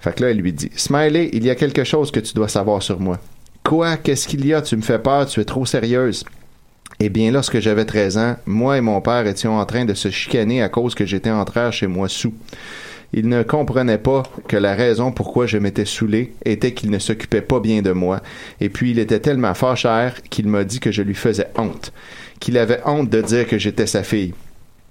Speaker 9: Fait que là, elle lui dit Smiley, il y a quelque chose que tu dois savoir sur moi. Quoi Qu'est-ce qu'il y a Tu me fais peur, tu es trop sérieuse. Eh bien, lorsque j'avais 13 ans, moi et mon père étions en train de se chicaner à cause que j'étais entré chez moi sous. Il ne comprenait pas que la raison pourquoi je m'étais saoulé était qu'il ne s'occupait pas bien de moi, et puis il était tellement fort cher qu'il m'a dit que je lui faisais honte, qu'il avait honte de dire que j'étais sa fille.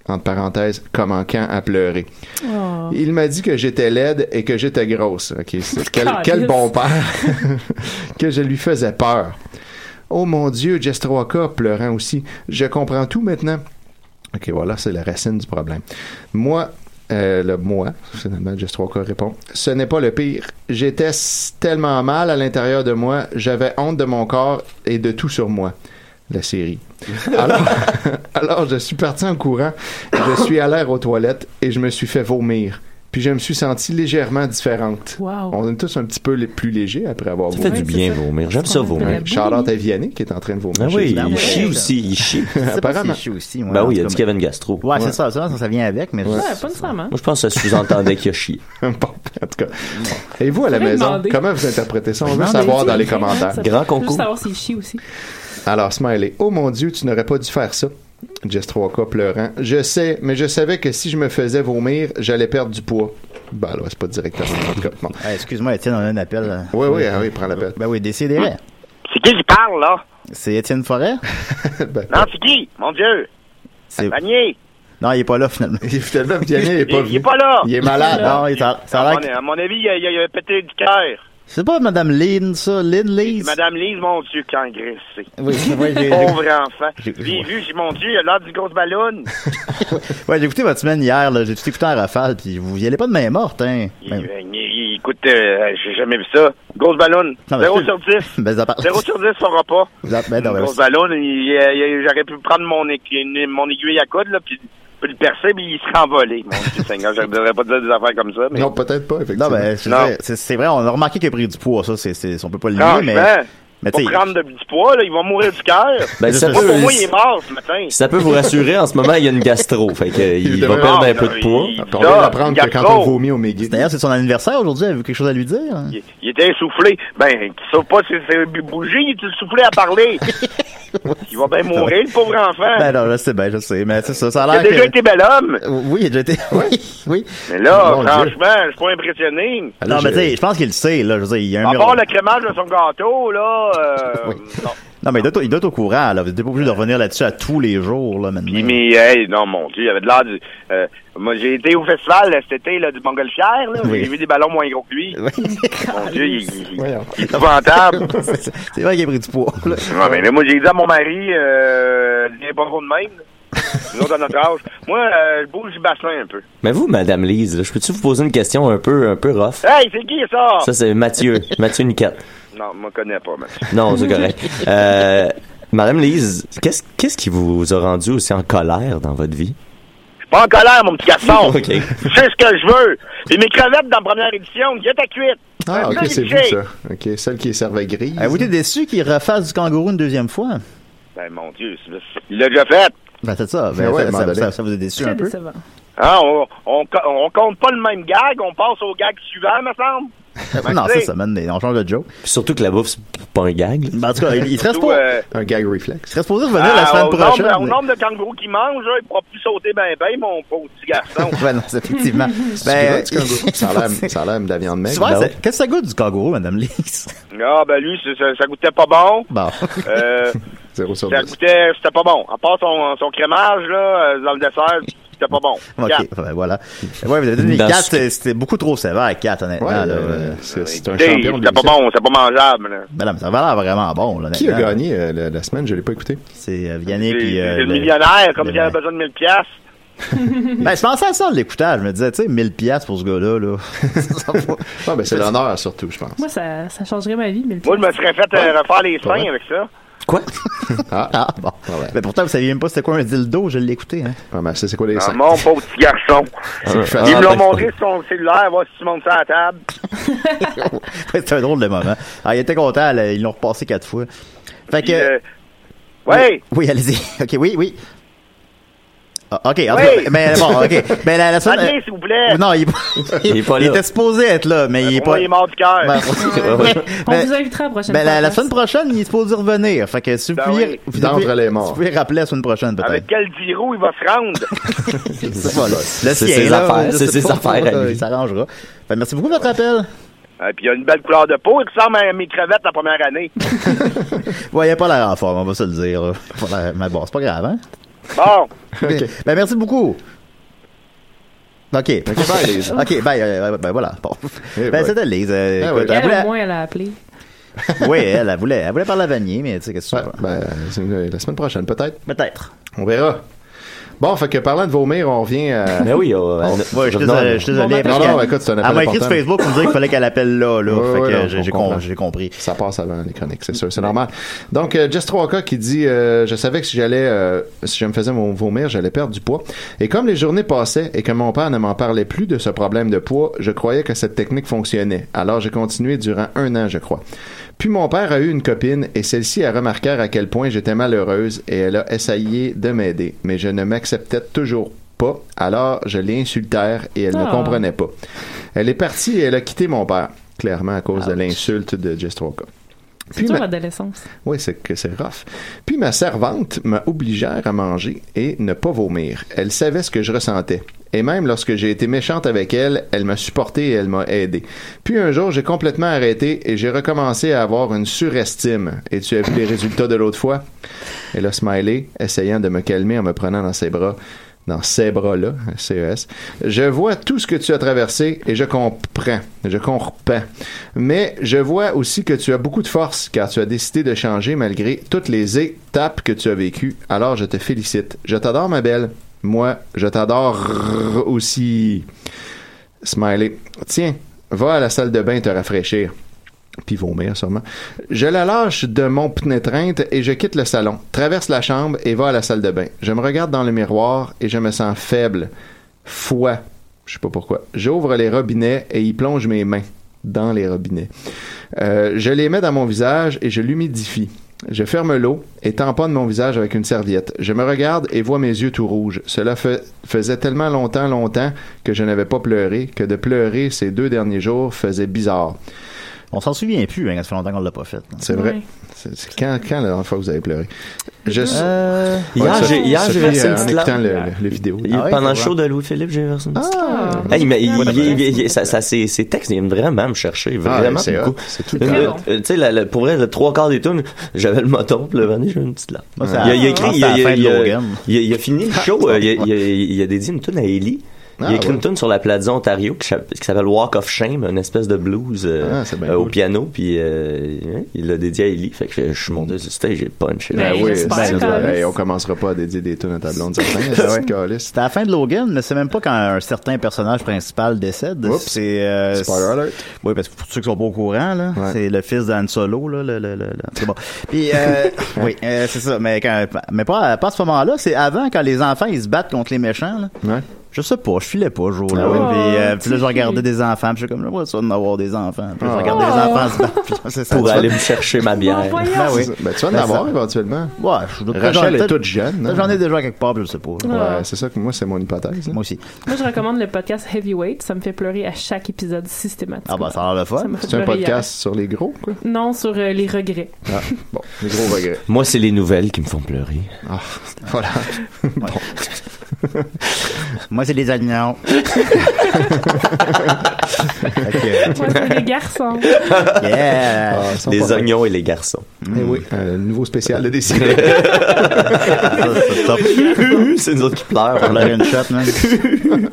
Speaker 9: Entre parenthèses, comme en camp à pleurer.
Speaker 6: Oh.
Speaker 9: Il m'a dit que j'étais laide et que j'étais grosse. Ok, c'est- quel, quel
Speaker 6: Calice.
Speaker 9: bon père! que je lui faisais peur. Oh mon Dieu, Jess Troika, pleurant aussi. Je comprends tout maintenant. OK, voilà, c'est la racine du problème. Moi, euh, le moi, finalement, Jess Troika répond. Ce n'est pas le pire. J'étais s- tellement mal à l'intérieur de moi, j'avais honte de mon corps et de tout sur moi. La série. Alors, alors, je suis parti en courant, je suis allé aux toilettes et je me suis fait vomir. Puis je me suis senti légèrement différente.
Speaker 6: Wow.
Speaker 9: On est tous un petit peu lé- plus légers après avoir
Speaker 5: Ça fait du bien vomir. J'aime ça vomir.
Speaker 9: Charlotte Vianney qui est en train de vomir.
Speaker 5: Ah
Speaker 9: chez
Speaker 5: oui,
Speaker 9: lui.
Speaker 5: il chie aussi, il chie.
Speaker 8: Je
Speaker 9: Apparemment.
Speaker 8: sais pas si je suis aussi, moi,
Speaker 5: Ben
Speaker 8: en
Speaker 5: oui, il a
Speaker 8: tout
Speaker 5: dit
Speaker 8: cas,
Speaker 5: qu'il avait une gastro.
Speaker 8: mais- Ouais, c'est ça, ça, ça vient avec, mais
Speaker 6: Ouais, pas nécessairement.
Speaker 5: Moi, je pense que ça sous-entendait qu'il a chié.
Speaker 9: Bon, en tout cas. Et vous à la
Speaker 6: Faudrait
Speaker 9: maison,
Speaker 6: demander.
Speaker 9: comment vous interprétez ça On veut
Speaker 8: demander.
Speaker 9: savoir dans les
Speaker 6: Ça-
Speaker 9: commentaires.
Speaker 5: Grand
Speaker 6: Juste
Speaker 5: concours.
Speaker 6: savoir s'il chie aussi.
Speaker 9: Alors, Smiley, oh mon Dieu, tu n'aurais pas dû faire ça. Jess Troika pleurant. Je sais, mais je savais que si je me faisais vomir, j'allais perdre du poids. Ben là, c'est pas directement. en tout cas. Bon.
Speaker 8: Ah, Excuse-moi, Étienne, on a un appel. là.
Speaker 9: Oui, oui, ah oui, prends l'appel.
Speaker 8: Ben oui, décidez.
Speaker 11: Hum. C'est qui qui parle, là?
Speaker 8: C'est Étienne Forêt?
Speaker 9: Ben,
Speaker 11: Non, c'est qui? Mon Dieu!
Speaker 8: C'est-
Speaker 11: Vanier!
Speaker 8: Non, il est pas là, finalement.
Speaker 9: il est tellement Vianney, il est pas
Speaker 11: Il, il est
Speaker 9: venu.
Speaker 11: pas là!
Speaker 9: Il est malade.
Speaker 8: Non, hein, il ça ça
Speaker 11: À
Speaker 8: a
Speaker 11: mon,
Speaker 8: l'air que-
Speaker 11: à mon avis, il a, il a- il a pété du cœur.
Speaker 8: C'est pas Madame Lynn, ça? Lynn
Speaker 11: Et
Speaker 8: Lise?
Speaker 11: Madame Lise, mon Dieu, qu'engraissé.
Speaker 8: Oui, oui, j'ai-
Speaker 11: Pauvre enfant.
Speaker 8: j'ai-
Speaker 11: J'ai vu, j'ai dit, mon Dieu, il a l'air d'une grosse ballonne.
Speaker 8: Ouais, j'ai écouté votre semaine hier, là. J'ai tout écouté en rafale, puis vous y allez pas de main morte, hein.
Speaker 11: Il-
Speaker 8: Ben,
Speaker 11: il- il- écoute, euh, j'ai jamais vu ça. Grosse ballonne.
Speaker 8: Non, mais-
Speaker 11: 0 sur 10.
Speaker 8: ben, ça parle.
Speaker 11: 0 sur 10, ça aura pas.
Speaker 8: Ben, non, ben,
Speaker 11: grosse ballonne, il- il- il- j'aurais pu prendre mon, aiguille- une- mon aiguille à coude, là, puis, puis le percer, puis il serait envolé. Mon Dieu Seigneur, je ne devrais pas dire des affaires comme ça, mais...
Speaker 9: Non, peut-être pas, effectivement.
Speaker 8: Non, ben, c'est
Speaker 11: Non.
Speaker 8: vrai, c'est- c'est vrai, on a remarqué qu'il a pris du poids, ça, c'est, c'est, on peut pas le nier,
Speaker 11: Franchement,
Speaker 8: mais, mais
Speaker 11: pour
Speaker 8: tu
Speaker 11: prendre de- du poids, là, il va mourir du cœur.
Speaker 5: Ben, ça
Speaker 11: Moi,
Speaker 5: peut,
Speaker 11: pour moi, il est mort ce matin.
Speaker 5: ça peut vous rassurer, en ce moment, il y a une gastro. Fait que, euh, il va
Speaker 9: devrait-
Speaker 5: perdre
Speaker 11: Ah,
Speaker 5: un peu de
Speaker 11: il-
Speaker 5: poids.
Speaker 11: il-
Speaker 9: On vient d'apprendre que
Speaker 11: Gastro.
Speaker 9: quand on vomit au méga.
Speaker 8: d'ailleurs, c'est son anniversaire aujourd'hui, avez-vous quelque chose à lui dire? hein?
Speaker 11: Il, il était essoufflé. Ben, tu sais pas si c'est bougé, il est essoufflé à parler. il va bien mourir, le pauvre enfant.
Speaker 8: Ben, non, je sais, ben, je sais, mais c'est ça, ça
Speaker 11: il a
Speaker 8: a
Speaker 11: déjà
Speaker 8: l'air que...
Speaker 11: été bel homme.
Speaker 8: Oui, il a déjà été, oui, oui.
Speaker 11: Mais là,
Speaker 9: Mon Dieu.
Speaker 11: franchement, je suis pas impressionné.
Speaker 8: Non, mais
Speaker 9: je-
Speaker 8: tu sais, je pense qu'il le sait, là, je veux dire, il y a un
Speaker 11: À
Speaker 8: mur-
Speaker 11: part le crémage de son gâteau, là, euh, non.
Speaker 8: Non, mais il doit, être- il doit être au courant, là, vous n'êtes pas obligé de revenir là-dessus à tous les jours, là, maintenant.
Speaker 11: Puis, mais, hey, non, mon Dieu, il avait de l'air du... euh, moi, j'ai été au festival là, cet été là, du Montgolfière, là.
Speaker 8: Oui.
Speaker 11: J'ai vu des ballons moins gros que lui.
Speaker 8: Oui.
Speaker 11: Mon Dieu, il, il- il
Speaker 9: Voyons.
Speaker 11: est épouvantable.
Speaker 8: c'est c'est vrai qu'il a pris du poids, là.
Speaker 11: Ouais, mais là, moi, j'ai dit à mon mari, euh, viens pas gros de même. Nous autres, à notre âge. Moi, euh, je bouge du bassin un peu.
Speaker 5: Mais vous, Madame Lise, là, je peux-tu vous poser une question un peu, un peu rough?
Speaker 11: Hey, c'est qui ça?
Speaker 5: Ça, c'est Mathieu. Mathieu Niquette.
Speaker 11: Ah! Non, je me connais pas, monsieur.
Speaker 5: Non, c'est correct. Euh, Madame Lise, qu'est-ce, qu'est-ce qui vous a rendu aussi en colère dans votre vie?
Speaker 11: Je suis pas en colère, mon petit garçon.
Speaker 5: OK.
Speaker 11: Je sais ce que je veux. Puis mes crevettes dans la première édition, j'ai ta cuite.
Speaker 9: Ah,
Speaker 11: Là,
Speaker 9: ok,
Speaker 11: il
Speaker 9: c'est vous
Speaker 11: shake.
Speaker 9: ça. Ok, celle qui servait grise.
Speaker 8: Avez-vous été déçu qu'il refasse du kangourou une deuxième fois?
Speaker 11: Ben, mon Dieu, c'est- il l'a déjà fait.
Speaker 8: Ben, c'est ça, ben,
Speaker 9: Mais ouais, à un
Speaker 8: ça,
Speaker 9: moment
Speaker 8: ça-
Speaker 9: donné.
Speaker 8: ça- ça vous a déçu un
Speaker 6: Très
Speaker 8: peu?
Speaker 6: décevant.
Speaker 11: Hein, on, on, co- on compte pas le même gag, on passe au gag suivant, me semble.
Speaker 8: non,
Speaker 11: tu
Speaker 8: c'est
Speaker 11: sais.
Speaker 8: ça, man, on change de joke.
Speaker 5: Puis surtout que la bouffe, c'est pas un gag. là.
Speaker 8: Ben, en tout cas, il, il serait
Speaker 11: Surtout,
Speaker 8: supposé,
Speaker 11: euh,
Speaker 9: Un gag réflexe.
Speaker 8: il serait supposé revenir la
Speaker 11: ah,
Speaker 8: semaine
Speaker 11: au
Speaker 8: prochaine.
Speaker 11: Nombre, Au
Speaker 8: mais-
Speaker 11: nombre de kangourous qui mangent, là, il pourra plus sauter ben ben, mon pauvre petit garçon.
Speaker 8: Ouais, non, c'est effectivement.
Speaker 9: Ben,
Speaker 8: ben,
Speaker 9: ça a l'air- ça a l'air de la viande
Speaker 8: C'est
Speaker 9: maigre. Ben
Speaker 8: vrai,
Speaker 9: non?
Speaker 8: c'est- Qu'est-ce que ça goûte du kangourou, Madame Lise?
Speaker 11: ah, ben lui, c'est- ça, ça goûtait pas bon.
Speaker 8: Bon.
Speaker 11: Euh,
Speaker 9: Zéro sur
Speaker 11: Ça
Speaker 9: dix.
Speaker 11: goûtait, c'était pas bon. À part son, son crémage, là, euh, dans le dessert, c'était pas bon.
Speaker 8: OK,
Speaker 11: Quatre.
Speaker 8: ben, voilà. Ouais, vous avez donné
Speaker 5: Dans
Speaker 8: 4,
Speaker 5: ce-
Speaker 8: c'était c'était beaucoup trop sévère, 4, honnêtement.
Speaker 9: Ouais,
Speaker 8: là,
Speaker 9: euh,
Speaker 8: ouais.
Speaker 9: c'est c'est un
Speaker 11: Écoutez,
Speaker 9: champion.
Speaker 11: C'était
Speaker 9: lui,
Speaker 11: pas
Speaker 9: ça.
Speaker 11: bon, c'était pas mangeable. là.
Speaker 8: Ben, non, mais ça va l'air vraiment bon, là,
Speaker 9: Qui a
Speaker 8: honnêtement.
Speaker 9: gagné euh, la, la semaine Je l'ai pas écouté.
Speaker 8: C'est
Speaker 11: C'est
Speaker 8: euh, Vianney, puis... euh,
Speaker 11: c'est le
Speaker 8: le-
Speaker 11: millionnaire, comme
Speaker 8: le-
Speaker 11: s'il avait besoin de 1000 piastres.
Speaker 8: Ben, je pensais à ça, l'écoutage. Je me disais, tu sais, 1000 piastres pour ce gars-là, là.
Speaker 9: Ah, ben, c'est l'honneur surtout, je pense.
Speaker 6: Moi, ça, ça changerait ma vie, mais le
Speaker 11: Moi, je me serais fait euh, refaire les seins avec ça.
Speaker 5: Quoi?
Speaker 9: ah.
Speaker 8: bon. Mais pourtant, vous saviez même pas c'était quoi un dildo, je l'ai écouté. Hein.
Speaker 9: Ah, mais c'est quoi les
Speaker 11: Ah, mon pauvre petit garçon.
Speaker 9: C'est
Speaker 8: Ah,
Speaker 11: Il me l'a
Speaker 8: ben,
Speaker 11: montré sur son cellulaire, voir si tu montes ça à la table.
Speaker 8: c'est un drôle de moment. Ah, il était content, là, ils l'ont repassé quatre fois. Fait que.
Speaker 11: Puis, euh, ouais.
Speaker 8: Oui, allez-y. OK, oui, oui. Ah, OK, en tout
Speaker 11: Oui.
Speaker 8: cas, mais bon, OK. Mais la, la semaine-
Speaker 11: Adrien, s'il vous plaît.
Speaker 8: Non, il, est
Speaker 5: Il est pas là.
Speaker 8: était supposé être là, mais il est
Speaker 11: Pour moi,
Speaker 8: pas.
Speaker 11: il est mort du cœur.
Speaker 8: Ben,
Speaker 5: ouais.
Speaker 6: On
Speaker 8: Mais-
Speaker 6: vous invitera à la prochaine
Speaker 8: Ben, la, la
Speaker 6: fois. hein.
Speaker 8: semaine prochaine, il est supposé revenir. Fait que si vous
Speaker 11: Ben
Speaker 8: pouviez,
Speaker 11: oui.
Speaker 8: vous
Speaker 9: D'entre
Speaker 8: pouvez-
Speaker 9: les morts.
Speaker 8: vous pouvez rappeler la semaine prochaine, peut-être.
Speaker 11: Avec quel diro il va se rendre?
Speaker 8: C'est ça, là. Le
Speaker 5: C'est
Speaker 8: sien,
Speaker 5: ses
Speaker 8: là,
Speaker 5: affaires,
Speaker 8: je
Speaker 5: c'est
Speaker 8: sais
Speaker 5: ses
Speaker 8: pas,
Speaker 5: affaires
Speaker 9: hein.
Speaker 5: à lui.
Speaker 8: Il s'arrangera. Ben, merci beaucoup de votre appel.
Speaker 11: Et puis il a une belle couleur de peau, il ressemble à mes crevettes la première année.
Speaker 8: Ouais, il a pas l'air en forme, on va se le dire. là. Il a pas l'air- Mais bon, c'est pas grave, hein?
Speaker 11: Bon,
Speaker 8: OK. Ben, merci beaucoup. OK.
Speaker 9: OK, bye, Lise.
Speaker 8: OK, ben, euh, ben, voilà. Bon.
Speaker 9: Eh,
Speaker 8: Ben,
Speaker 9: ouais.
Speaker 8: c'était Lise. euh,
Speaker 9: Eh,
Speaker 8: écoute,
Speaker 9: ouais.
Speaker 8: elle
Speaker 6: Elle,
Speaker 8: voulait-
Speaker 6: au moins, elle a appelé.
Speaker 8: Oui, elle, elle voulait, elle voulait parler à Vanier, mais tu sais, qu'est-ce que
Speaker 9: Ouais,
Speaker 8: tu veux? hein.
Speaker 9: ben, c'est une- la semaine prochaine, peut-être.
Speaker 8: Peut-être.
Speaker 9: On verra. Bon, fait que parlant de vomir, on revient à.
Speaker 5: Ben oui, oh,
Speaker 8: Ouais,
Speaker 5: Anna-
Speaker 8: je suis désolé. je suis désolé,
Speaker 9: Non,
Speaker 8: parce
Speaker 9: non,
Speaker 8: qu'elle-
Speaker 9: écoute, c'est un appel
Speaker 8: Elle m'a écrit sur
Speaker 9: important.
Speaker 8: Facebook pour me dire qu'il fallait qu'elle appelle là, là.
Speaker 9: Ouais,
Speaker 8: fait
Speaker 9: ouais,
Speaker 8: que
Speaker 9: non,
Speaker 8: j'ai-
Speaker 9: on
Speaker 8: j'ai
Speaker 9: comprend.
Speaker 8: com- j'ai compris.
Speaker 9: Ça passe avant les chroniques, c'est sûr, c'est normal. Donc, euh, Just 3K qui dit euh, Je savais que si j'allais, euh, si je me faisais mon vomir, j'allais perdre du poids. Et comme les journées passaient et que mon père ne m'en parlait plus de ce problème de poids, je croyais que cette technique fonctionnait. Alors, j'ai continué durant un an, je crois. Puis mon père a eu une copine et celle-ci a remarqué à quel point j'étais malheureuse et elle a essayé de m'aider, mais je ne m'acceptais toujours pas. Alors, je l'ai insultère et elle ne
Speaker 6: Ah.
Speaker 9: comprenait pas. Elle est partie et elle a quitté mon père, clairement à cause de l'insulte de Just 3K.
Speaker 6: C'est
Speaker 9: Puis
Speaker 6: toujours
Speaker 9: ma-
Speaker 6: adolescence.
Speaker 9: Oui, c'est que c'est rough. Puis ma servante m'a obligère à manger et ne pas vomir. Elle savait ce que je ressentais. Et même lorsque j'ai été méchante avec elle, elle m'a supporté et elle m'a aidé. Puis un jour, j'ai complètement arrêté et j'ai recommencé à avoir une surestime. Et tu as vu les résultats de l'autre fois? Elle a smiley, essayant de me calmer en me prenant dans ses bras. Dans ses bras-là, CES. Je vois tout ce que tu as traversé et je comprends. Je comprends. Mais je vois aussi que tu as beaucoup de force car tu as décidé de changer malgré toutes les étapes que tu as vécues. Alors je te félicite. Je t'adore, ma belle. Moi, je t'adore aussi. Smiley. Tiens, va à la salle de bain te rafraîchir. Puis vomir, sûrement. Je la lâche de mon pénétreinte et je quitte le salon, traverse la chambre et va à la salle de bain. Je me regarde dans le miroir et je me sens faible. Foi. Je sais pas pourquoi. J'ouvre les robinets et y plonge mes mains dans les robinets. Euh, je les mets dans mon visage et je l'humidifie. Je ferme l'eau et tamponne mon visage avec une serviette. Je me regarde et vois mes yeux tout rouges. Cela fa- faisait tellement longtemps, longtemps que je n'avais pas pleuré, que de pleurer ces deux derniers jours faisait bizarre.
Speaker 8: On s'en souvient plus, hein, ça fait longtemps qu'on l'a pas fait. hein.
Speaker 9: C'est vrai.
Speaker 6: Ouais.
Speaker 9: C'est- c'est quand, quand la dernière fois que vous avez pleuré? Je suis-
Speaker 8: Euh,
Speaker 9: Ouais,
Speaker 5: Hier,
Speaker 9: Sophie-
Speaker 5: j'ai hier, j'ai
Speaker 9: Sophie,
Speaker 5: versé
Speaker 9: euh,
Speaker 5: une
Speaker 9: En
Speaker 5: petite
Speaker 9: écoutant
Speaker 5: larme.
Speaker 9: le, le- le vidéo.
Speaker 5: Il-
Speaker 8: Ah ouais,
Speaker 5: pendant le
Speaker 8: c'est
Speaker 5: show de Louis-Philippe, j'ai versé une petite
Speaker 6: Ah.
Speaker 5: Hey, mais il, il- il- il- il-
Speaker 6: Ouais,
Speaker 5: ça, ça, ses, ses textes, ils aiment vraiment me chercher.
Speaker 9: Ah,
Speaker 5: Vraiment
Speaker 9: c'est hot.
Speaker 5: beaucoup.
Speaker 9: C'est tout
Speaker 5: Une-
Speaker 9: le
Speaker 6: Très
Speaker 9: temps.
Speaker 6: bon.
Speaker 5: euh, Tu sais, la- la- pour vrai, le trois quarts des tunes, j'avais le moton, puis le venez, j'ai une petite larme.
Speaker 8: Moi,
Speaker 5: Il
Speaker 8: ça-
Speaker 5: a, il a écrit,
Speaker 8: Ah, c'est
Speaker 5: il a,
Speaker 8: la
Speaker 5: il a-
Speaker 8: fin de
Speaker 5: il a-
Speaker 8: Logan.
Speaker 5: il a- il a fini le show, euh, il, a, il, a, il a dédié une tune à Ellie. Il
Speaker 9: Ah,
Speaker 5: a écrit
Speaker 9: ouais.
Speaker 5: une tune sur la Plaza Ontario qui s'appelle- qui s'appelle Walk of Shame, une espèce de blues euh,
Speaker 9: Ah, c'est bien
Speaker 5: euh, au
Speaker 9: cool.
Speaker 5: piano, puis euh, hein, il l'a dédié à Ellie. Fait que je suis monté sur le stage, j'ai punché.
Speaker 6: Ben,
Speaker 9: oui,
Speaker 6: j'espère,
Speaker 9: c'est-
Speaker 6: quand même.
Speaker 9: hey, on commencera pas à dédier des tunes à ta blonde, certain. C'est câlisse.
Speaker 8: C'était à la fin de Logan, mais c'est même pas quand un certain personnage principal décède.
Speaker 9: Oups.
Speaker 8: C'est. euh,
Speaker 9: Spoiler alert.
Speaker 8: Oui, parce que pour ceux qui sont pas au courant, là,
Speaker 9: Ouais.
Speaker 8: c'est le fils d'Anne Solo, là, le, le, le- le- c'est bon. Puis, euh, oui, euh, c'est ça. Mais quand, mais pas, pas à ce moment-là, c'est avant quand les enfants ils se battent contre les méchants. Là.
Speaker 9: Ouais.
Speaker 8: Je sais pas, je filais pas ce jour-là.
Speaker 9: Ah ouais?
Speaker 8: puis, euh,
Speaker 6: Oh,
Speaker 8: puis là, je
Speaker 6: petit.
Speaker 8: regardais des enfants, puis je suis comme, ouais, ça d'en avoir des enfants. Puis là, je
Speaker 9: Ah.
Speaker 8: regardais les enfants se battre. puis là, c'est ça,
Speaker 5: pour
Speaker 8: tu
Speaker 5: aller
Speaker 8: vois.
Speaker 5: me chercher ma bière.
Speaker 8: Ben oui.
Speaker 9: Ben, tu vas en avoir éventuellement.
Speaker 8: Ouais, je doute pas,
Speaker 9: Rachel
Speaker 8: j'en-
Speaker 9: est toute jeune. hein?
Speaker 8: J'en ai déjà quelque part, puis je sais pas.
Speaker 9: Ouais, c'est ça que moi, c'est mon hypothèse. hein.
Speaker 8: Moi aussi.
Speaker 6: Moi, je recommande le podcast Heavyweight. Ça me fait pleurer à chaque épisode systématiquement.
Speaker 8: Ah bah ça a l'air le fun.
Speaker 6: Ça me fait
Speaker 9: C'est un
Speaker 6: pleurer
Speaker 9: podcast sur les gros, quoi.
Speaker 6: hier. Non, sur euh, les regrets.
Speaker 9: Ah, bon, les gros regrets.
Speaker 5: Moi, c'est les nouvelles qui me font pleurer.
Speaker 9: Ah, voilà.
Speaker 8: Moi, c'est les alignants. Ok.
Speaker 6: Moi, c'est les garçons.
Speaker 8: Yeah.
Speaker 9: Ah, ils sont
Speaker 5: Les
Speaker 9: pas-
Speaker 5: oignons et les garçons.
Speaker 9: Eh oui, euh, nouveau spécial de décision.
Speaker 8: Ça, c'est top.
Speaker 5: c'est nous autres qui pleurent.
Speaker 8: On a une shot, man.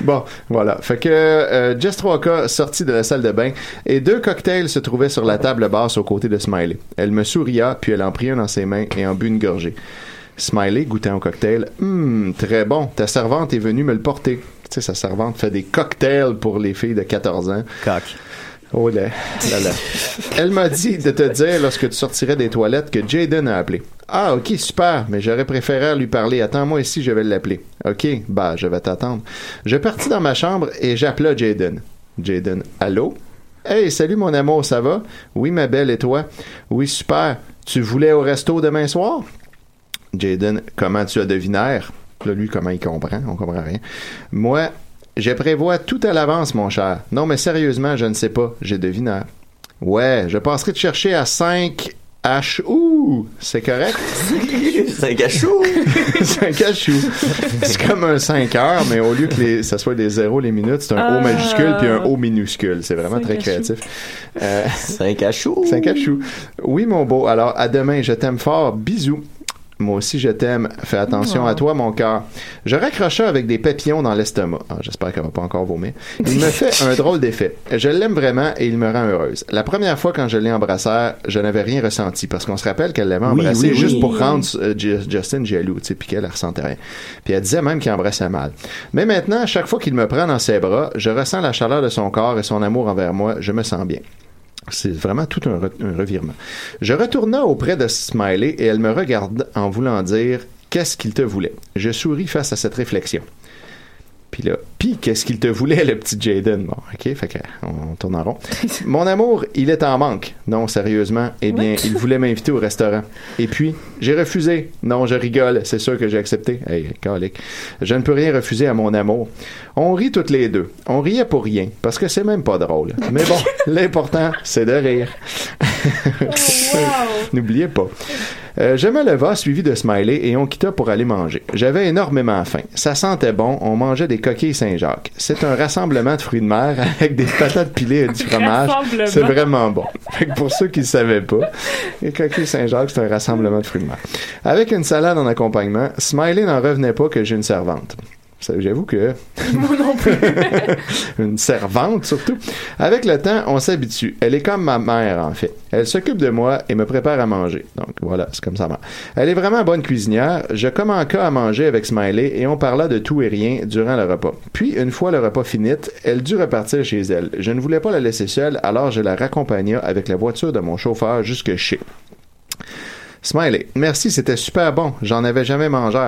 Speaker 9: Bon, voilà. Fait que euh, Jess 3K sortit de la salle de bain et deux cocktails se trouvaient sur la table basse aux côtés de Smiley. Elle me souria, puis elle en prit un dans ses mains et en but une gorgée. Smiley, goûtant au cocktail, hum, très bon. Ta servante est venue me le porter. Tu sais, sa servante fait des cocktails pour les filles de 14 ans.
Speaker 8: Coq.
Speaker 9: Oh là là. là. Elle m'a dit de te dire lorsque tu sortirais des toilettes que Jaden a appelé. Ah, ok, super, mais j'aurais préféré lui parler. Attends-moi ici, je vais l'appeler. Ok, bah, je vais t'attendre. Je partis dans ma chambre et j'appela Jaden. Jaden, allô? Hey, salut mon amour, ça va? Oui, ma belle, et toi? Oui, super. Tu voulais au resto demain soir? Jaden, comment tu as deviné? Là, lui, comment il comprend? On comprend rien. Moi, je prévois tout à l'avance, mon cher. Non, mais sérieusement, je ne sais pas. J'ai deviné. Ouais, je passerai te chercher à 5 H. Ouh, c'est correct?
Speaker 5: 5 H.
Speaker 9: 5 H. C'est comme un 5 heures, mais au lieu que les- ça soit des zéros les minutes, c'est un O
Speaker 5: Ah.
Speaker 9: majuscule puis un O minuscule. C'est vraiment
Speaker 5: Cinq
Speaker 9: très
Speaker 5: à chou.
Speaker 9: créatif. Euh,
Speaker 5: 5 H.
Speaker 9: 5 H. Oui, mon beau. Alors, à demain. Je t'aime fort. Bisous. Moi aussi, je t'aime. Fais attention
Speaker 12: Oh.
Speaker 9: à toi, mon cœur. Je raccrochais avec des papillons dans l'estomac. Ah, J'espère qu'elle va pas encore vomir. Il me fait un drôle d'effet. Je l'aime vraiment et il me rend heureuse. La première fois quand je l'ai embrassé, je n'avais rien ressenti parce qu'on se rappelle qu'elle l'avait
Speaker 12: Oui,
Speaker 9: embrassé
Speaker 12: oui,
Speaker 9: juste
Speaker 12: oui.
Speaker 9: pour rendre euh, Ju- Justin jaloux, tu sais, puis qu'elle elle ressentait rien. Puis elle disait même qu'il embrassait mal. Mais maintenant, à chaque fois qu'il me prend dans ses bras, je ressens la chaleur de son corps et son amour envers moi. Je me sens bien. C'est vraiment tout un, re- un revirement. Je retourna auprès de Smiley et elle me regarde en voulant dire Qu'est-ce qu'il te voulait Je souris face à cette réflexion. Puis là, pis qu'est-ce qu'il te voulait, le petit Jaden? Bon, ok, fait que, on tourne en rond. Mon amour, il est en manque. Non, sérieusement, eh bien, il voulait m'inviter au restaurant. Et puis, j'ai refusé. Non, je rigole, c'est sûr que j'ai accepté. Hey, calique. Je ne peux rien refuser à mon amour. On rit toutes les deux. On riait pour rien, parce que c'est même pas drôle. Mais bon, l'important, c'est de rire. N'oubliez pas. Euh, je me leva, suivi de Smiley, et on quitta pour aller manger. J'avais énormément faim. Ça sentait bon, on mangeait des coquilles Saint-Jacques. C'est un rassemblement de fruits de mer avec des patates pilées et du fromage.
Speaker 12: Rassemblement.
Speaker 9: C'est vraiment bon. Fait que pour ceux qui ne savaient pas, les coquilles Saint-Jacques, c'est un rassemblement de fruits de mer. Avec une salade en accompagnement, Smiley n'en revenait pas que j'ai une servante. Ça, J'avoue que une servante surtout. Avec le temps, on s'habitue. Elle est comme ma mère, en fait. Elle s'occupe de moi et me prépare à manger. Donc voilà, c'est comme ça. mère. Elle est vraiment bonne cuisinière. Je commença à manger avec Smiley et on parla de tout et rien durant le repas. Puis, une fois le repas fini, elle dut repartir chez elle. Je ne voulais pas la laisser seule, alors je la raccompagna avec la voiture de mon chauffeur jusque chez. Smiley, merci, c'était super bon. J'en avais jamais mangé.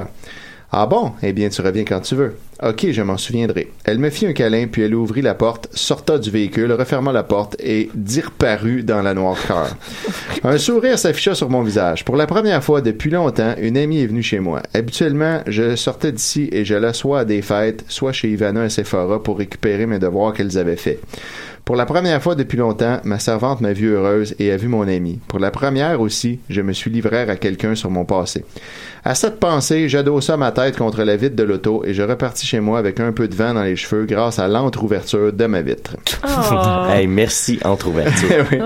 Speaker 9: Ah bon? Eh bien, tu reviens quand tu veux. Ok, je m'en souviendrai. Elle me fit un câlin, puis elle ouvrit la porte, sorta du véhicule, referma la porte et disparut dans la noirceur. Un sourire s'afficha sur mon visage. Pour la première fois depuis longtemps, une amie est venue chez moi. Habituellement, je sortais d'ici et je la soit à des fêtes, soit chez Ivana et Sephora pour récupérer mes devoirs qu'elles avaient faits. Pour la première fois depuis longtemps, ma servante m'a vue heureuse et a vu mon ami. Pour la première aussi, je me suis livré à quelqu'un sur mon passé. À cette pensée, j'adossa ma tête contre la vitre de l'auto et je repartis chez moi avec un peu de vent dans les cheveux grâce à l'entre-ouverture de ma vitre. Eh
Speaker 5: Oh. Hey, merci, Entrouverture.
Speaker 9: Oui.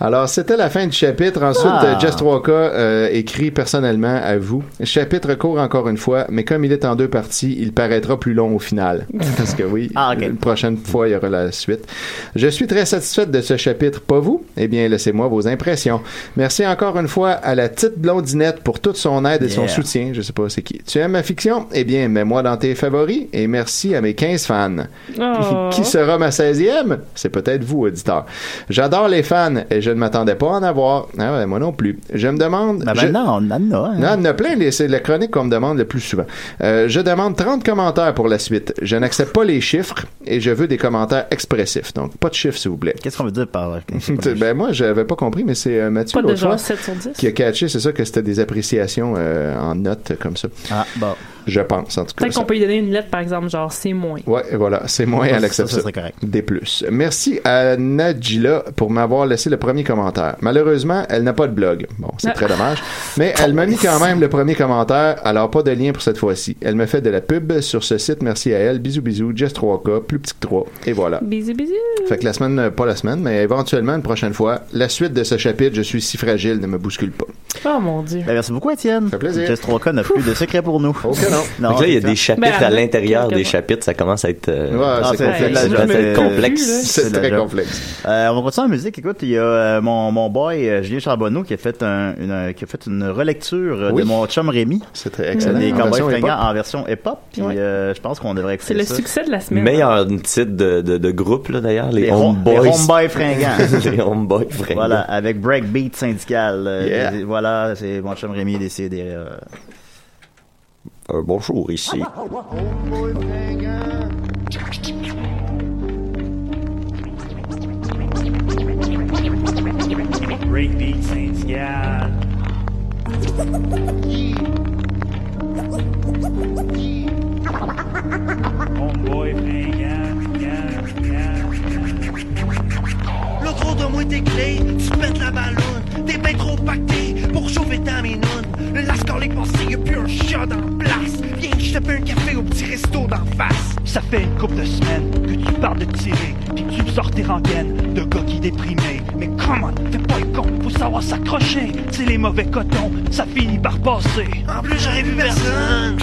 Speaker 9: Alors, c'était la fin du chapitre. Ensuite,
Speaker 5: Ah.
Speaker 9: euh, Just 3K euh, écrit personnellement à vous. Chapitre court encore une fois, mais comme il est en deux parties, il paraîtra plus long au final. Parce que oui,
Speaker 12: Ah,
Speaker 9: la prochaine fois, il y aura la suite. Je suis très satisfaite de ce chapitre, pas vous? Eh bien, laissez-moi vos impressions. Merci encore une fois à la petite blondinette pour toute son aide et son
Speaker 12: Yeah.
Speaker 9: soutien. Je sais pas c'est qui. Tu aimes ma fiction? Eh bien, mets-moi dans tes favoris et merci à mes 15 fans.
Speaker 12: Oh.
Speaker 9: Qui sera ma 16e? C'est peut-être vous, auditeur. J'adore les fans et je ne m'attendais pas à en avoir. Ah ouais, moi non plus. Je me demande...
Speaker 8: Ben
Speaker 9: je-
Speaker 8: maintenant, on en a. hein.
Speaker 9: non, il y en a plein, les- c'est la chronique qu'on me demande le plus souvent. Euh, je demande 30 commentaires pour la suite. Je n'accepte pas les chiffres et je veux des commentaires expressifs. Donc, pas de chiffres, s'il vous plaît.
Speaker 8: Qu'est-ce qu'on veut dire par.
Speaker 9: ben, moi, j'avais pas compris, mais c'est euh, Mathieu
Speaker 6: Pas de
Speaker 9: l'autre
Speaker 6: genre
Speaker 9: fois
Speaker 6: 7 sur 10.
Speaker 9: qui a catché, c'est ça, que c'était des appréciations euh, en notes euh, comme ça.
Speaker 8: Ah, bon.
Speaker 9: Je pense, en tout cas.
Speaker 6: Peut-être qu'on peut lui donner une lettre, par exemple, genre c'est moins.
Speaker 9: Ouais, et voilà, c'est moins
Speaker 6: Ouais,
Speaker 9: à
Speaker 6: ça,
Speaker 9: l'accepte
Speaker 6: ça
Speaker 9: ça.
Speaker 6: serait
Speaker 9: Des plus. Merci à Najila pour m'avoir laissé le premier commentaire. Malheureusement, elle n'a pas de blog. Bon, c'est
Speaker 12: Ah.
Speaker 9: très dommage. Mais elle m'a mis quand même le premier commentaire, alors pas de lien pour cette fois-ci. Elle me fait de la pub sur ce site. Merci à elle. Bisous, bisous. Just 3K, plus petit que 3. Et voilà.
Speaker 6: Bisous, bisous.
Speaker 9: Fait que la semaine, euh, pas la semaine, mais éventuellement, une prochaine fois, la suite de ce chapitre, je suis si fragile, ne me bouscule pas.
Speaker 6: Oh mon Dieu.
Speaker 8: Ben, merci beaucoup, Étienne. Ça fait
Speaker 9: plaisir.
Speaker 8: Jess 3K n'a plus de secret pour nous.
Speaker 9: Ok, non.
Speaker 5: Donc là, il y a des
Speaker 6: Ben,
Speaker 5: chapitres à
Speaker 6: avec
Speaker 5: l'intérieur
Speaker 6: quelques-
Speaker 5: des chapitres, ça commence à être. euh,
Speaker 9: Ouais,
Speaker 8: Ah,
Speaker 9: c'est
Speaker 8: c'est-
Speaker 9: complexe.
Speaker 8: c'est de la-
Speaker 5: ça va être
Speaker 8: c'est-
Speaker 5: complexe.
Speaker 9: C'est
Speaker 8: la
Speaker 9: très
Speaker 8: job.
Speaker 9: complexe.
Speaker 8: Euh, on va continuer en musique. Écoute, il y a euh, mon, mon boy euh, Julien Charbonneau qui a fait, un, une, euh, qui a fait une relecture euh,
Speaker 9: Oui.
Speaker 8: de mon chum Rémi.
Speaker 9: C'est très excellent.
Speaker 8: Des
Speaker 9: En
Speaker 8: Cowboys
Speaker 9: version
Speaker 8: Fringants
Speaker 9: hip-hop.
Speaker 8: en version hip-hop. Puis
Speaker 6: Ouais.
Speaker 8: euh, je pense qu'on devrait écouter
Speaker 6: C'est le
Speaker 8: ça.
Speaker 6: succès de la semaine.
Speaker 5: Meilleur titre de, de, de groupe, là, d'ailleurs, les,
Speaker 8: Les
Speaker 5: Homeboys.
Speaker 8: Hom- les Homeboys fringants.
Speaker 5: les Homeboys fringants.
Speaker 8: Voilà, avec Breakbeat syndical. Euh,
Speaker 9: Yeah.
Speaker 8: et- et Voilà, c'est mon chum Rémi décidé. euh,
Speaker 5: Euh, bonjour, ici.
Speaker 12: Breakbeat Saints, yeah. Homeboy, man, yeah, yeah, yeah.
Speaker 13: Le gros de moi tes clés, tu te pètes la ballonne, t'es ben trop pacté pour sauver ta minoune. Le lascar les passé, y'a plus un chat dans la place. Viens, je te fais un café au petit resto d'en face.
Speaker 12: Ça fait une couple de semaines que tu parles de tirer, puis que tu me sors tes rengaines de gars qui déprimé. Mais comment, fais pas le con, faut savoir s'accrocher. C'est les mauvais cotons, ça finit par passer.
Speaker 13: En plus, j'aurais vu personne.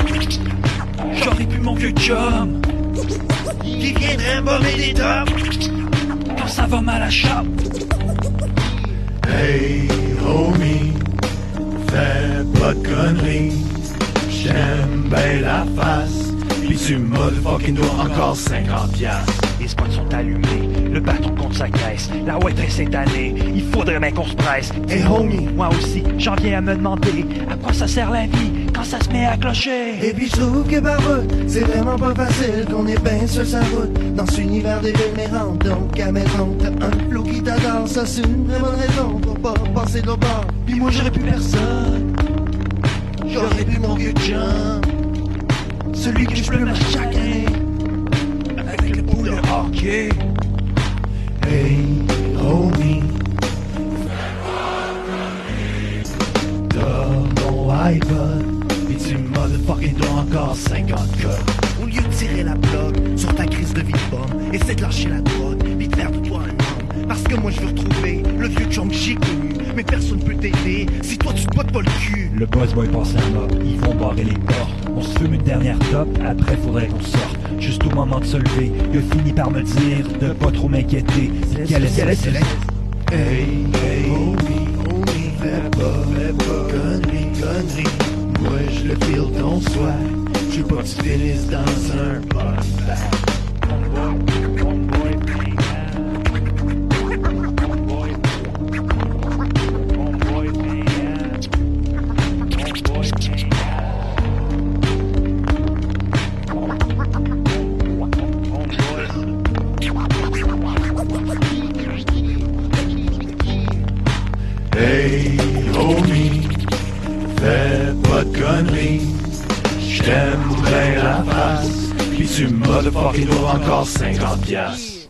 Speaker 12: J'aurais pu mon vieux chum,
Speaker 13: Qui viendrait bomber des tops.
Speaker 12: quand ça va mal à chape.
Speaker 14: Hey, homie, fais pas de conneries. J'aime bien la face. Pis tu m'as le fucking doigt encore 50 piastres.
Speaker 12: Les spots sont allumés, le bâton contre sa caisse. La ouette est cette année, il faudrait bien qu'on se presse. Hey homie, moi aussi, j'en viens à me demander à quoi ça sert la vie quand ça se met à clocher.
Speaker 13: Et puis je trouve que baroute, c'est vraiment pas facile qu'on est bien sur sa route. Dans cet univers des vénérants, donc à maison, t'as un flot qui t'adore, ça c'est une vraie bonne raison pour pas passer de l'autre bord. Puis moi j'aurais plus personne, j'aurais plus mon vieux chum, celui que je plume à chaque année, avec le boule de hockey.
Speaker 14: Hey, homie, fais pas de conneries. T'as mon iPod. Pis tu m'as le fucking doigt encore 50 codes.
Speaker 13: Au lieu de tirer la bloc sur ta crise de vie de pomme, essaie de lâcher la drogue, puis de faire de toi un homme. Parce que moi je veux retrouver le vieux chum que j'ai connu, mais personne peut t'aider si toi tu te bottes pas le cul.
Speaker 12: Le boss boy passe la mop, ils vont barrer les portes. On se fume une dernière top, après faudrait qu'on sorte. Juste au moment de se lever, il a fini par me dire de pas trop m'inquiéter. Quelle est
Speaker 14: Hey, hey,
Speaker 13: oh
Speaker 14: homie, homie, fais pas, fais pas, connerie, connerie. Moi, je le feel ton swag. Je veux pas que tu finisses dans un body bag. Hey, homie, fais pas de conneries. J't'aime bien la face. Pis tu m'as de fucking doigt encore 50 piastres.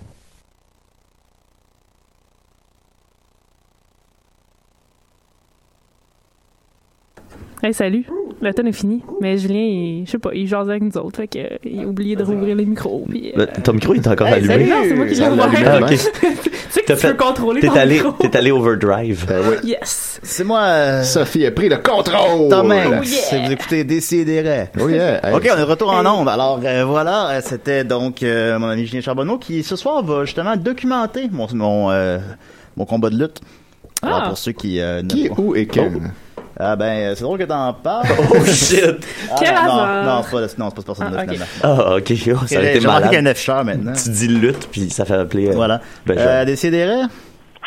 Speaker 6: Hey, salut. Le tonne est fini. Mais Julien, il- je sais pas, il jase avec nous autres. Fait que, euh, il a oublié de rouvrir les micros. Puis, euh,
Speaker 5: Ben, ton micro, il est encore
Speaker 6: Hey,
Speaker 5: allumé.
Speaker 6: salut, non, c'est moi qui viens de voir.
Speaker 5: Ah, ok.
Speaker 6: tu sais que
Speaker 5: T'as
Speaker 6: tu
Speaker 5: fait-
Speaker 6: peux contrôler
Speaker 5: T'es
Speaker 6: ton
Speaker 5: allé,
Speaker 6: micro.
Speaker 5: t'es allé overdrive.
Speaker 9: Ben oui.
Speaker 6: Yes.
Speaker 8: C'est moi. euh,
Speaker 9: Sophie a pris le contrôle.
Speaker 8: Thomas,
Speaker 9: Oh,
Speaker 8: si vous écoutez Décideret.
Speaker 9: Oh yeah. Hey.
Speaker 8: Ok, on est de retour en ondes. Alors euh, voilà, euh, c'était donc euh, mon ami Julien Charbonneau qui ce soir va justement documenter mon mon, euh, mon combat de lutte. Alors
Speaker 6: Ah.
Speaker 8: pour ceux qui euh, ne-
Speaker 9: Qui, où et quand?
Speaker 8: Ah ben euh, c'est drôle que t'en parles.
Speaker 5: Oh shit!
Speaker 8: Ah,
Speaker 6: Quel
Speaker 8: non,
Speaker 6: hasard.
Speaker 8: Non, non, c'est pas, non, c'est pas ce personnage
Speaker 6: Ah, ok.
Speaker 8: finalement. Eh,
Speaker 5: Ah, ok, oh,
Speaker 9: Eh,
Speaker 5: ça a
Speaker 8: J'ai
Speaker 5: été
Speaker 8: remarqué qu'il y a
Speaker 5: malade.
Speaker 8: 9 heures maintenant.
Speaker 5: Tu dis lutte, puis ça fait appeler. euh,
Speaker 8: Voilà.
Speaker 5: Benjamin.
Speaker 8: Euh, Décideret?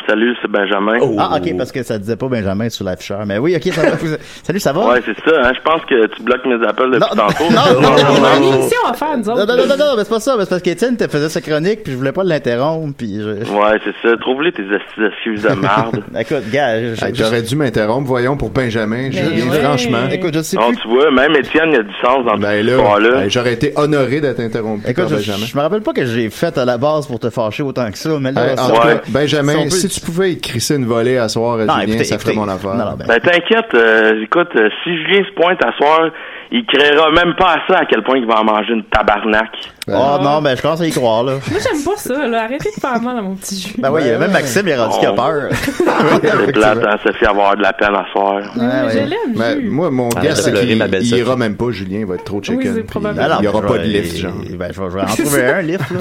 Speaker 11: Salut, c'est
Speaker 7: Hein?
Speaker 11: Benjamin.
Speaker 5: Oh.
Speaker 8: Ah ok, parce que ça disait pas Benjamin sur l'afficheur. Mais oui, ok, ça va. Salut, ça va?
Speaker 11: Ouais, c'est ça, hein, je pense que tu bloques mes appels depuis
Speaker 8: Non.
Speaker 11: tantôt.
Speaker 8: Non, non, non,
Speaker 6: On a une
Speaker 8: non.
Speaker 6: émission à faire, nous
Speaker 8: Non,
Speaker 6: autres.
Speaker 8: non, non, non, non, mais c'est pas ça, mais c'est parce qu'Étienne te faisait sa chronique, puis je voulais pas l'interrompre, puis je...
Speaker 11: Ouais, c'est ça, trouve-les tes esti d'excuses de merde.
Speaker 8: Écoute, gars, je... je-
Speaker 9: Hey, J'aurais dû m'interrompre, voyons, pour Benjamin. Je
Speaker 6: Ben
Speaker 9: dis
Speaker 6: ouais.
Speaker 9: franchement.
Speaker 8: Écoute, je sais
Speaker 11: Non,
Speaker 8: plus...
Speaker 11: tu vois, même Étienne, il y a du sens dans
Speaker 9: Ben
Speaker 11: tout ce
Speaker 9: là,
Speaker 11: là
Speaker 9: ben, j'aurais été honoré d'être interrompu
Speaker 8: Écoute,
Speaker 9: par
Speaker 8: je,
Speaker 9: Benjamin.
Speaker 8: je me rappelle pas que j'ai fait à la base pour te fâcher autant que ça, mais là...
Speaker 9: Hey,
Speaker 8: ça-
Speaker 9: en tout cas,
Speaker 11: Ouais.
Speaker 9: Benjamin,
Speaker 8: on peut-
Speaker 9: si tu tu pouvais crisser une volée à soir à
Speaker 7: Non,
Speaker 9: Julien,
Speaker 7: écoutez,
Speaker 9: ça ferait
Speaker 7: écoutez.
Speaker 9: mon affaire.
Speaker 7: Ben, t'inquiète, euh, écoute, euh, si Julien se pointe à soir, il créera même pas à ça à quel point il va en manger une tabarnak.
Speaker 8: Oh
Speaker 9: Ah.
Speaker 8: non, ben je commence à y croire, là.
Speaker 6: Moi, j'aime pas ça, là. Arrêtez de faire mal à mon petit jus.
Speaker 8: Ben oui, il y a même Maxime, il est rendu qu'il a peur.
Speaker 7: C'est plate, hein, ça fait avoir de la peine à soir.
Speaker 9: Ouais, ouais. Ben, moi, mon
Speaker 7: Arrête
Speaker 9: gars,
Speaker 7: de
Speaker 9: c'est
Speaker 7: pleurer,
Speaker 9: qu'il
Speaker 7: ma belle
Speaker 9: il
Speaker 7: sœur.
Speaker 9: ira même pas, Julien, il va être trop chicken.
Speaker 7: c'est
Speaker 9: puis
Speaker 7: probable.
Speaker 9: il n'y aura
Speaker 8: Ben,
Speaker 9: pas
Speaker 8: je
Speaker 9: de
Speaker 8: vais-
Speaker 9: lift, genre.
Speaker 8: Ben, je vais, je vais en trouver un, lift, là.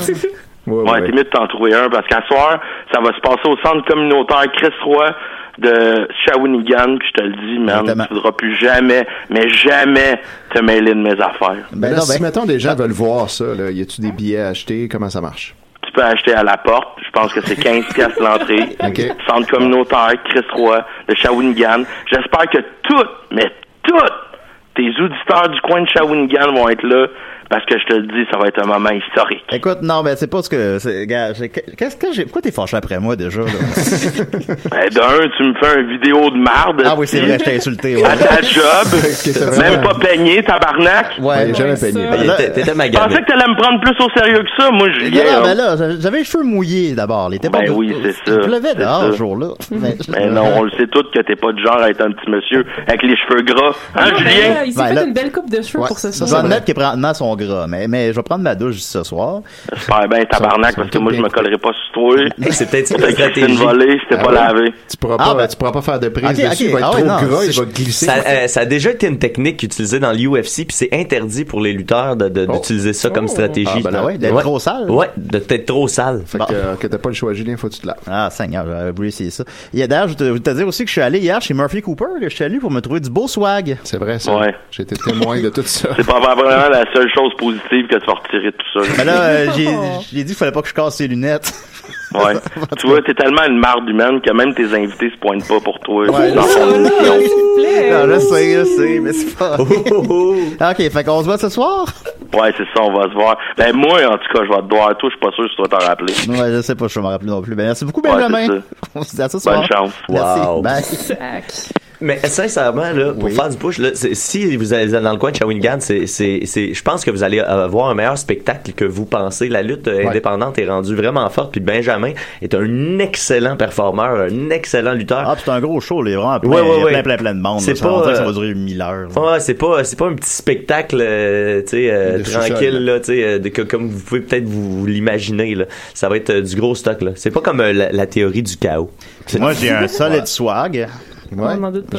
Speaker 9: Ouais,
Speaker 7: Ouais, t'es mieux de t'en trouver un parce qu'à soir, ça va se passer au centre communautaire Chris Roy de Shawinigan, puis je te le dis, man, tu voudras plus jamais, mais jamais te mêler de mes affaires.
Speaker 9: Ben là, si, mettons, des gens veulent voir ça, là, y a-tu des billets à acheter? Comment ça marche?
Speaker 7: Tu peux acheter à la porte, je pense que c'est 15 piastres l'entrée. Centre communautaire Chris Roy de Shawinigan. J'espère que toutes, mais toutes, tes auditeurs du coin de Shawinigan vont être là parce que je te le dis, ça va être un moment historique.
Speaker 8: Écoute, non, ben c'est pas ce que. c'est- gars, j'ai- Qu'est-ce que j'ai. Pourquoi t'es fâché après moi déjà, là?
Speaker 7: Ben, d'un, tu me fais une vidéo de marde.
Speaker 8: Ah oui, c'est vrai, je t'ai insulté, ouais.
Speaker 7: À ta
Speaker 8: que t'as
Speaker 7: job.
Speaker 8: vraiment-
Speaker 7: même pas peigné, tabarnak.
Speaker 8: Ouais, jamais
Speaker 7: peigné.
Speaker 5: T'étais- t'étais
Speaker 7: Je
Speaker 5: magané.
Speaker 7: pensais que t'allais me prendre plus au sérieux que ça, moi,
Speaker 8: Non,
Speaker 7: Julien.
Speaker 8: non, ben
Speaker 7: hein.
Speaker 8: là, j'avais- j'avais les cheveux mouillés d'abord. Il était pas
Speaker 7: Ben oui, c'est ça.
Speaker 8: Il pleuvait
Speaker 7: c'est
Speaker 8: dehors
Speaker 7: ça.
Speaker 8: ce jour-là. Ben,
Speaker 7: Mais non, on le sait tous que t'es pas du genre à être un petit monsieur avec les cheveux gras. Hein,
Speaker 6: Non, ben
Speaker 7: Julien?
Speaker 6: là, il s'est
Speaker 8: Ben
Speaker 6: fait
Speaker 8: là-
Speaker 6: une belle coupe de cheveux
Speaker 8: Ouais.
Speaker 6: pour ce
Speaker 8: Je vais
Speaker 6: soir.
Speaker 8: admettre que présentement, ils sont gras, mais, mais je vais prendre ma douche ce soir.
Speaker 7: J'espère bien, tabarnak, parce que moi, je me collerai pas sur toi.
Speaker 8: C'est peut-être
Speaker 7: Pour te crisser une volée, c'était
Speaker 5: Ah
Speaker 7: pas
Speaker 5: ouais.
Speaker 7: lavé.
Speaker 9: Tu pourras
Speaker 5: Ah,
Speaker 9: pas,
Speaker 5: ben-
Speaker 9: tu pourras pas faire de prise
Speaker 5: Ok,
Speaker 9: dessus,
Speaker 5: ok.
Speaker 9: il va être
Speaker 5: Ah ouais,
Speaker 9: trop
Speaker 5: non,
Speaker 9: gras, il
Speaker 5: c'est-
Speaker 9: va glisser.
Speaker 5: Ça, euh, ça a déjà été une technique utilisée dans l'UFC, puis c'est interdit pour les lutteurs de- de- Oh. d'utiliser ça
Speaker 6: Oh.
Speaker 5: comme stratégie.
Speaker 9: Oh. Ah, ben là, ouais, d'être trop sale.
Speaker 5: Ouais, de- d'être trop sale.
Speaker 9: Fait que, euh, que t'as pas le choix, Julien, faut que tu te laves.
Speaker 8: Ah, Seigneur, j'aurais oublié c'est ça. Il y a D'ailleurs, je voulais te dire aussi que je suis allé hier chez Murphy Cooper, que je suis allé pour me trouver du beau swag.
Speaker 9: C'est vrai, ça. J'ai été témoin de tout ça.
Speaker 7: C'est pas vraiment la seule chose positive que tu vas retirer de tout ça.
Speaker 8: Mais là, euh, j'ai
Speaker 6: Oh.
Speaker 8: j'ai dit qu'il fallait pas que je casse ses lunettes.
Speaker 7: Ouais. tu vois, t'es tellement une marde humaine que même tes invités se pointent pas pour toi.
Speaker 6: Oh,
Speaker 7: Dans ton émission.
Speaker 8: Non, je sais, je sais, mais c'est pas.
Speaker 5: Oh,
Speaker 8: ok, fait qu'on se voit ce soir?
Speaker 7: Ouais, c'est ça, on va se voir. Ben, moi, en tout cas, je vais te voir. Toi, je suis pas sûr que tu dois t'en rappeler.
Speaker 8: Ouais, je sais pas, je me rappelle non plus. Ben, merci beaucoup,
Speaker 7: Ouais,
Speaker 8: Benjamin.
Speaker 7: c'est ça.
Speaker 8: On se dit à ce soir.
Speaker 7: Bonne chance.
Speaker 8: Merci.
Speaker 5: Wow.
Speaker 8: Bye.
Speaker 5: Mais sincèrement, là, pour faire du push, là, c'est- si vous allez dans le coin de Shawinigan, c'est, c'est, c'est- je pense que vous allez avoir un meilleur spectacle que vous pensez. La lutte euh,
Speaker 9: Ouais.
Speaker 5: indépendante est rendue vraiment forte. Puis Benjamin est un excellent performeur, un excellent lutteur. Ah,
Speaker 8: c'est un gros show, les vraiment plein, plein, plein, plein de monde.
Speaker 5: C'est
Speaker 8: là. Ça, on dirait
Speaker 5: pas,
Speaker 8: que ça va
Speaker 5: euh,
Speaker 8: durer 1000 heures.
Speaker 5: Ouais, c'est pas c'est pas un petit spectacle euh, tu sais, euh,
Speaker 8: De
Speaker 5: tranquille
Speaker 8: sous-sol.
Speaker 5: là, tu sais, euh, de- que- comme vous pouvez peut-être vous, vous l'imaginer là. Ça va être euh, du gros stock là. C'est pas comme euh, la, la théorie du chaos.
Speaker 8: Moi, j'ai un solide swag.
Speaker 9: Ouais.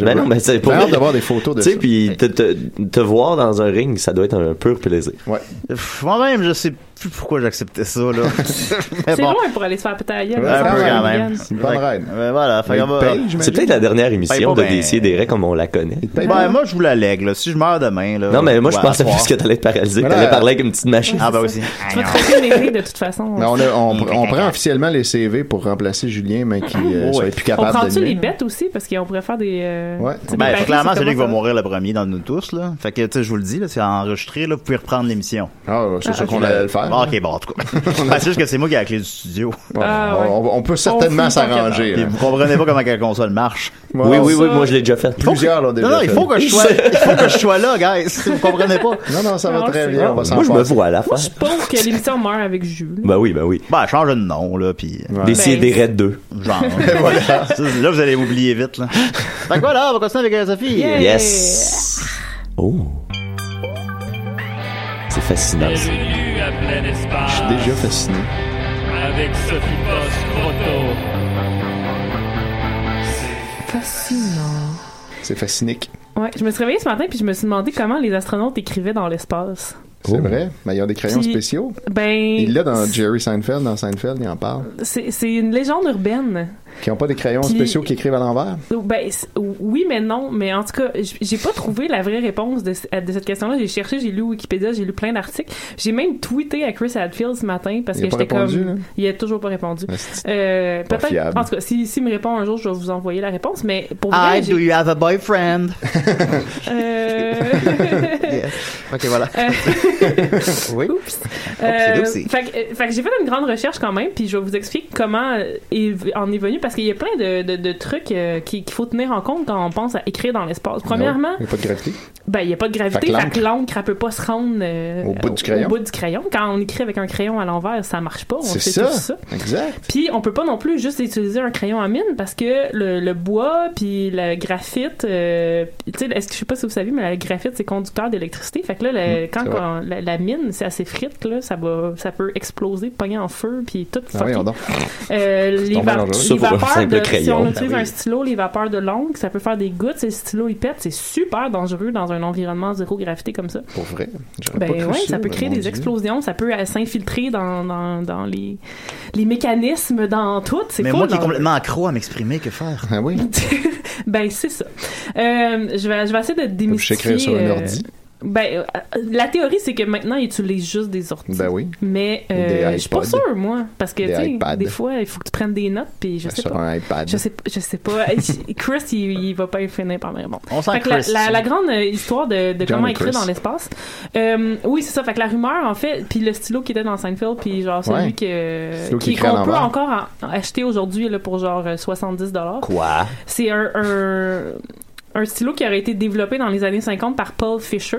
Speaker 5: Ben non, mais c'est pour
Speaker 9: J'ai hâte d'avoir des photos de
Speaker 5: Tu sais,
Speaker 9: ça.
Speaker 5: puis te, te, te voir dans un ring, ça doit être un pur plaisir.
Speaker 9: Ouais.
Speaker 8: Pff, Moi-même, je sais plus pourquoi j'acceptais ça, là. Mais
Speaker 6: C'est
Speaker 8: bon.
Speaker 6: loin pour aller se faire péter la gueule.
Speaker 8: Un peu quand même.
Speaker 9: bonne
Speaker 8: Fait que-
Speaker 9: reine.
Speaker 8: Ben
Speaker 5: Ah,
Speaker 8: voilà, fait
Speaker 9: Mais
Speaker 8: qu'on va-
Speaker 9: il paye, j'imagine.
Speaker 5: euh, C'est peut-être la dernière émission
Speaker 8: Ben,
Speaker 5: de
Speaker 8: pas ben-
Speaker 5: Décier des comme on la connaît.
Speaker 8: Ben, moi, je vous la lègue, là. Si je meurs demain, là.
Speaker 5: Non, mais moi, je
Speaker 8: ouais,
Speaker 5: pensais
Speaker 8: à soir.
Speaker 5: plus que t'allais te paralyser.
Speaker 8: Voilà.
Speaker 5: T'allais parler avec une petite machine.
Speaker 8: Ah, ben aussi.
Speaker 6: Tu vas te traiter les nez, de toute façon.
Speaker 9: Mais on, a- on, on prend officiellement les CV pour remplacer Julien, mais qui euh,
Speaker 8: Ouais.
Speaker 9: serait plus
Speaker 6: On
Speaker 9: capable de
Speaker 6: prend-tu
Speaker 9: lui.
Speaker 6: les bêtes aussi? Parce qu'on pourrait faire des... euh,
Speaker 9: Ouais.
Speaker 6: tu sais, des
Speaker 8: Ben,
Speaker 6: paris
Speaker 8: clairement,
Speaker 6: sur
Speaker 8: c'est lui qui va
Speaker 6: comment
Speaker 8: mourir le premier dans nous tous, là. Fait que, tu sais, je vous le dis, là, c'est enregistré, là, vous pouvez reprendre l'émission.
Speaker 9: Ah, c'est sûr qu'on allait le faire. hein.
Speaker 8: Ah, ok, bon, en tout cas. Ben, c'est juste que c'est moi qui ai la clé du studio.
Speaker 6: Ah, ouais.
Speaker 9: on, on peut certainement s'arranger.
Speaker 8: Puis
Speaker 9: là.
Speaker 8: Vous comprenez pas comment la console marche.
Speaker 5: Oui, oui, oui, moi, je l'ai déjà fait.
Speaker 9: Plusieurs l'ont déjà
Speaker 8: Non, non, il
Speaker 9: fait.
Speaker 8: faut que je sois, il faut que je sois là, guys. Vous comprenez pas?
Speaker 9: Non, non, ça va
Speaker 6: Non,
Speaker 9: très
Speaker 6: c'est
Speaker 9: bien. On va s'en
Speaker 5: Moi, je me
Speaker 9: passer.
Speaker 5: vois à la fin.
Speaker 6: Je pense que l'émission meurt avec Jules.
Speaker 5: Ben oui, ben oui.
Speaker 8: Ben, change de nom, là, puis... euh,
Speaker 5: Décier des raids 2.
Speaker 8: Genre. Ça, c'est- là, vous allez oublier vite, là. Fait que voilà, on va continuer avec euh, Sophie.
Speaker 6: Yeah.
Speaker 5: Yes. Oh. C'est fascinant. ça.
Speaker 15: Bienvenue à plein
Speaker 9: Je
Speaker 15: espace
Speaker 9: suis déjà fasciné.
Speaker 15: avec Sophie Post-Croteau.
Speaker 6: Fascinant.
Speaker 9: C'est fascinique.
Speaker 6: Ouais, je me suis réveillée ce matin puis je me suis demandé comment les astronautes écrivaient dans l'espace.
Speaker 9: C'est vrai. Mais ils ont des crayons
Speaker 6: Puis-
Speaker 9: spéciaux. Il
Speaker 6: Ben,
Speaker 9: l'a dans Jerry Seinfeld. Dans Seinfeld, il en parle.
Speaker 6: c'est c'est une légende urbaine.
Speaker 9: Qui n'ont pas des crayons
Speaker 6: Puis-
Speaker 9: spéciaux qui écrivent à l'envers. Ah,
Speaker 6: Ben, c'est- oui, mais non. Mais en tout cas, j- j'ai pas trouvé la vraie réponse de, ce- de cette question-là. J'ai cherché, j'ai lu Wikipédia, j'ai lu plein d'articles. J'ai même tweeté à Chris Hadfield ce matin parce
Speaker 9: Il a
Speaker 6: que
Speaker 9: pas
Speaker 6: j'étais
Speaker 9: répondu, là?
Speaker 6: comme. Il a toujours pas répondu.
Speaker 9: Ah, c'est-
Speaker 6: Euh,
Speaker 9: pas
Speaker 6: Peut-être.
Speaker 9: fiable.
Speaker 6: En tout cas, s'il si, s'il me répond un jour, je vais vous envoyer la réponse.
Speaker 8: Ah,
Speaker 6: Mais pour
Speaker 8: Hi,
Speaker 6: vrai,
Speaker 8: do
Speaker 6: j'ai-
Speaker 8: you have a boyfriend?
Speaker 6: euh,
Speaker 7: Ok, voilà.
Speaker 6: Euh,
Speaker 7: oui.
Speaker 6: Euh,
Speaker 7: Oopsie doopsie.
Speaker 6: fait que euh, fait que j'ai fait une grande recherche quand même, puis je vais vous expliquer comment euh, est- en est venu, parce qu'il y a plein de, de- de trucs euh, qui- qu'il faut tenir en compte quand on pense à écrire dans l'espace. Premièrement,
Speaker 16: Il n'y a pas de gravité.
Speaker 6: ben, il n'y a pas de gravité,
Speaker 16: Fait que
Speaker 6: fait que l'encre, elle peut pas se rendre euh,
Speaker 16: Au bout du crayon.
Speaker 6: au bout du crayon. Quand on écrit avec un crayon à l'envers, ça marche pas. On
Speaker 16: C'est
Speaker 6: sait
Speaker 16: ça.
Speaker 6: tous ça.
Speaker 9: Exact.
Speaker 6: Puis on peut pas non plus juste utiliser un crayon à mine parce que le, le bois puis le graphite, euh, tu sais, est-ce que je sais pas si vous savez, mais le graphite c'est conducteur d'électricité. Fait que là, le-
Speaker 16: Hmm,
Speaker 9: Mm,
Speaker 6: quand
Speaker 9: c'est vrai.
Speaker 6: on- la, la mine c'est assez frite là, ça va, ça peut exploser, pogner en feu puis tout.
Speaker 9: Ah, voyons
Speaker 6: fucker.
Speaker 9: donc.
Speaker 6: Euh, les,
Speaker 9: donc bien
Speaker 6: va-
Speaker 9: dangereux. Ça, pour
Speaker 6: les
Speaker 9: un
Speaker 6: vapeurs
Speaker 9: simple
Speaker 6: de- si
Speaker 9: crayon.
Speaker 6: on
Speaker 9: Ben
Speaker 6: utilise
Speaker 9: oui.
Speaker 6: un stylo, les vapeurs de l'encre, ça peut faire des gouttes. Si le stylo il pète, c'est super dangereux dans un environnement zéro gravité comme ça.
Speaker 9: Pour vrai. j'aurais
Speaker 6: Ben
Speaker 9: pas cru
Speaker 6: ouais, ça peut
Speaker 9: mon
Speaker 6: créer des
Speaker 9: Dieu.
Speaker 6: explosions, ça peut euh, s'infiltrer dans, dans, dans les, les mécanismes, dans tout. C'est
Speaker 7: Mais
Speaker 6: fou,
Speaker 7: moi qui est
Speaker 6: dans-
Speaker 7: complètement accro à m'exprimer, que faire?
Speaker 9: Ah oui.
Speaker 6: Ben, c'est ça. Euh, je, vais, je vais essayer de démystifier...
Speaker 9: s'écrire sur un
Speaker 6: euh,
Speaker 9: ordi.
Speaker 6: Ben, euh, la théorie, c'est que maintenant, ils utilisent juste des ordi.
Speaker 9: Ben oui.
Speaker 6: Mais
Speaker 9: Ou
Speaker 6: euh,
Speaker 9: des
Speaker 6: je suis pas
Speaker 9: iPods.
Speaker 6: sûre, moi. Parce que,
Speaker 9: Des
Speaker 6: tu sais,
Speaker 9: iPads.
Speaker 6: des fois, il faut que tu prennes des notes, puis je sais
Speaker 9: Sur
Speaker 6: pas.
Speaker 9: un iPad.
Speaker 6: Je sais, je sais pas. Chris, il, il va pas y finir par me bon.
Speaker 9: On sent
Speaker 6: Fait que la,
Speaker 9: Chris.
Speaker 6: la- la grande euh, histoire de, de
Speaker 9: John
Speaker 6: comment écrire
Speaker 9: Chris.
Speaker 6: dans l'espace. Euh, oui, c'est ça. Fait que la rumeur, en fait, puis le stylo qui était dans Seinfeld, puis genre celui
Speaker 9: Ouais.
Speaker 6: que
Speaker 9: Stylo qui
Speaker 6: qui-
Speaker 9: écrit à
Speaker 6: qu'on peut
Speaker 9: l'envers.
Speaker 6: encore en- acheter aujourd'hui là, pour genre euh, 70 dollars.
Speaker 5: Quoi?
Speaker 6: C'est un, un, un stylo qui aurait été développé dans les années 50 par Paul Fisher.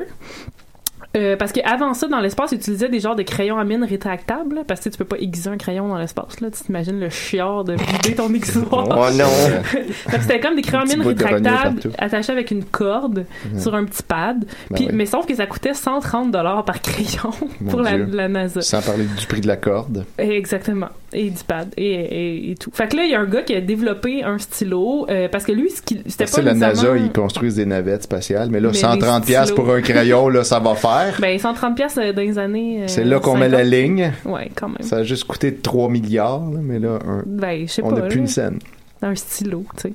Speaker 6: Euh, parce qu'avant ça, dans l'espace, ils utilisaient des genres de crayons à mine rétractables. là, Parce que tu sais, tu peux pas aiguiser un crayon dans l'espace. Là. Tu t'imagines le chiard de vider ton aiguisoir.
Speaker 5: Oh non.
Speaker 6: Fait que C'était comme des crayons à
Speaker 5: Petit
Speaker 6: mine
Speaker 5: bout de rognon
Speaker 6: rétractables
Speaker 5: partout.
Speaker 6: attachés avec une corde
Speaker 5: Mhm.
Speaker 6: sur un petit pad.
Speaker 9: Ben
Speaker 6: Puis,
Speaker 9: oui.
Speaker 6: Mais sauf que ça coûtait 130 par crayon
Speaker 9: Mon
Speaker 6: pour la,
Speaker 9: Dieu.
Speaker 6: la NASA.
Speaker 9: Sans parler du prix de la corde.
Speaker 6: Exactement. Et du pad. Et, et, et tout. Fait que là, il y a un gars qui a développé un stylo. euh, parce que lui, ce qu'il- c'était
Speaker 9: Tu
Speaker 6: pas
Speaker 9: sais, la
Speaker 6: nécessairement-
Speaker 9: NASA, ils construisent des navettes spatiales, mais là,
Speaker 6: Mais des
Speaker 9: 130$ piastres
Speaker 6: stylos.
Speaker 9: pour un crayon, là, ça va faire.
Speaker 6: Ben, 130 pièces dans les années. euh,
Speaker 9: C'est là qu'on met
Speaker 6: 50.
Speaker 9: la ligne.
Speaker 6: Ouais, quand même.
Speaker 9: Ça a juste coûté 3 milliards, là, mais là, un-
Speaker 6: Ben, je sais
Speaker 9: on
Speaker 6: pas,
Speaker 9: n'a plus
Speaker 6: là.
Speaker 9: une scène.
Speaker 6: un stylo, tu sais.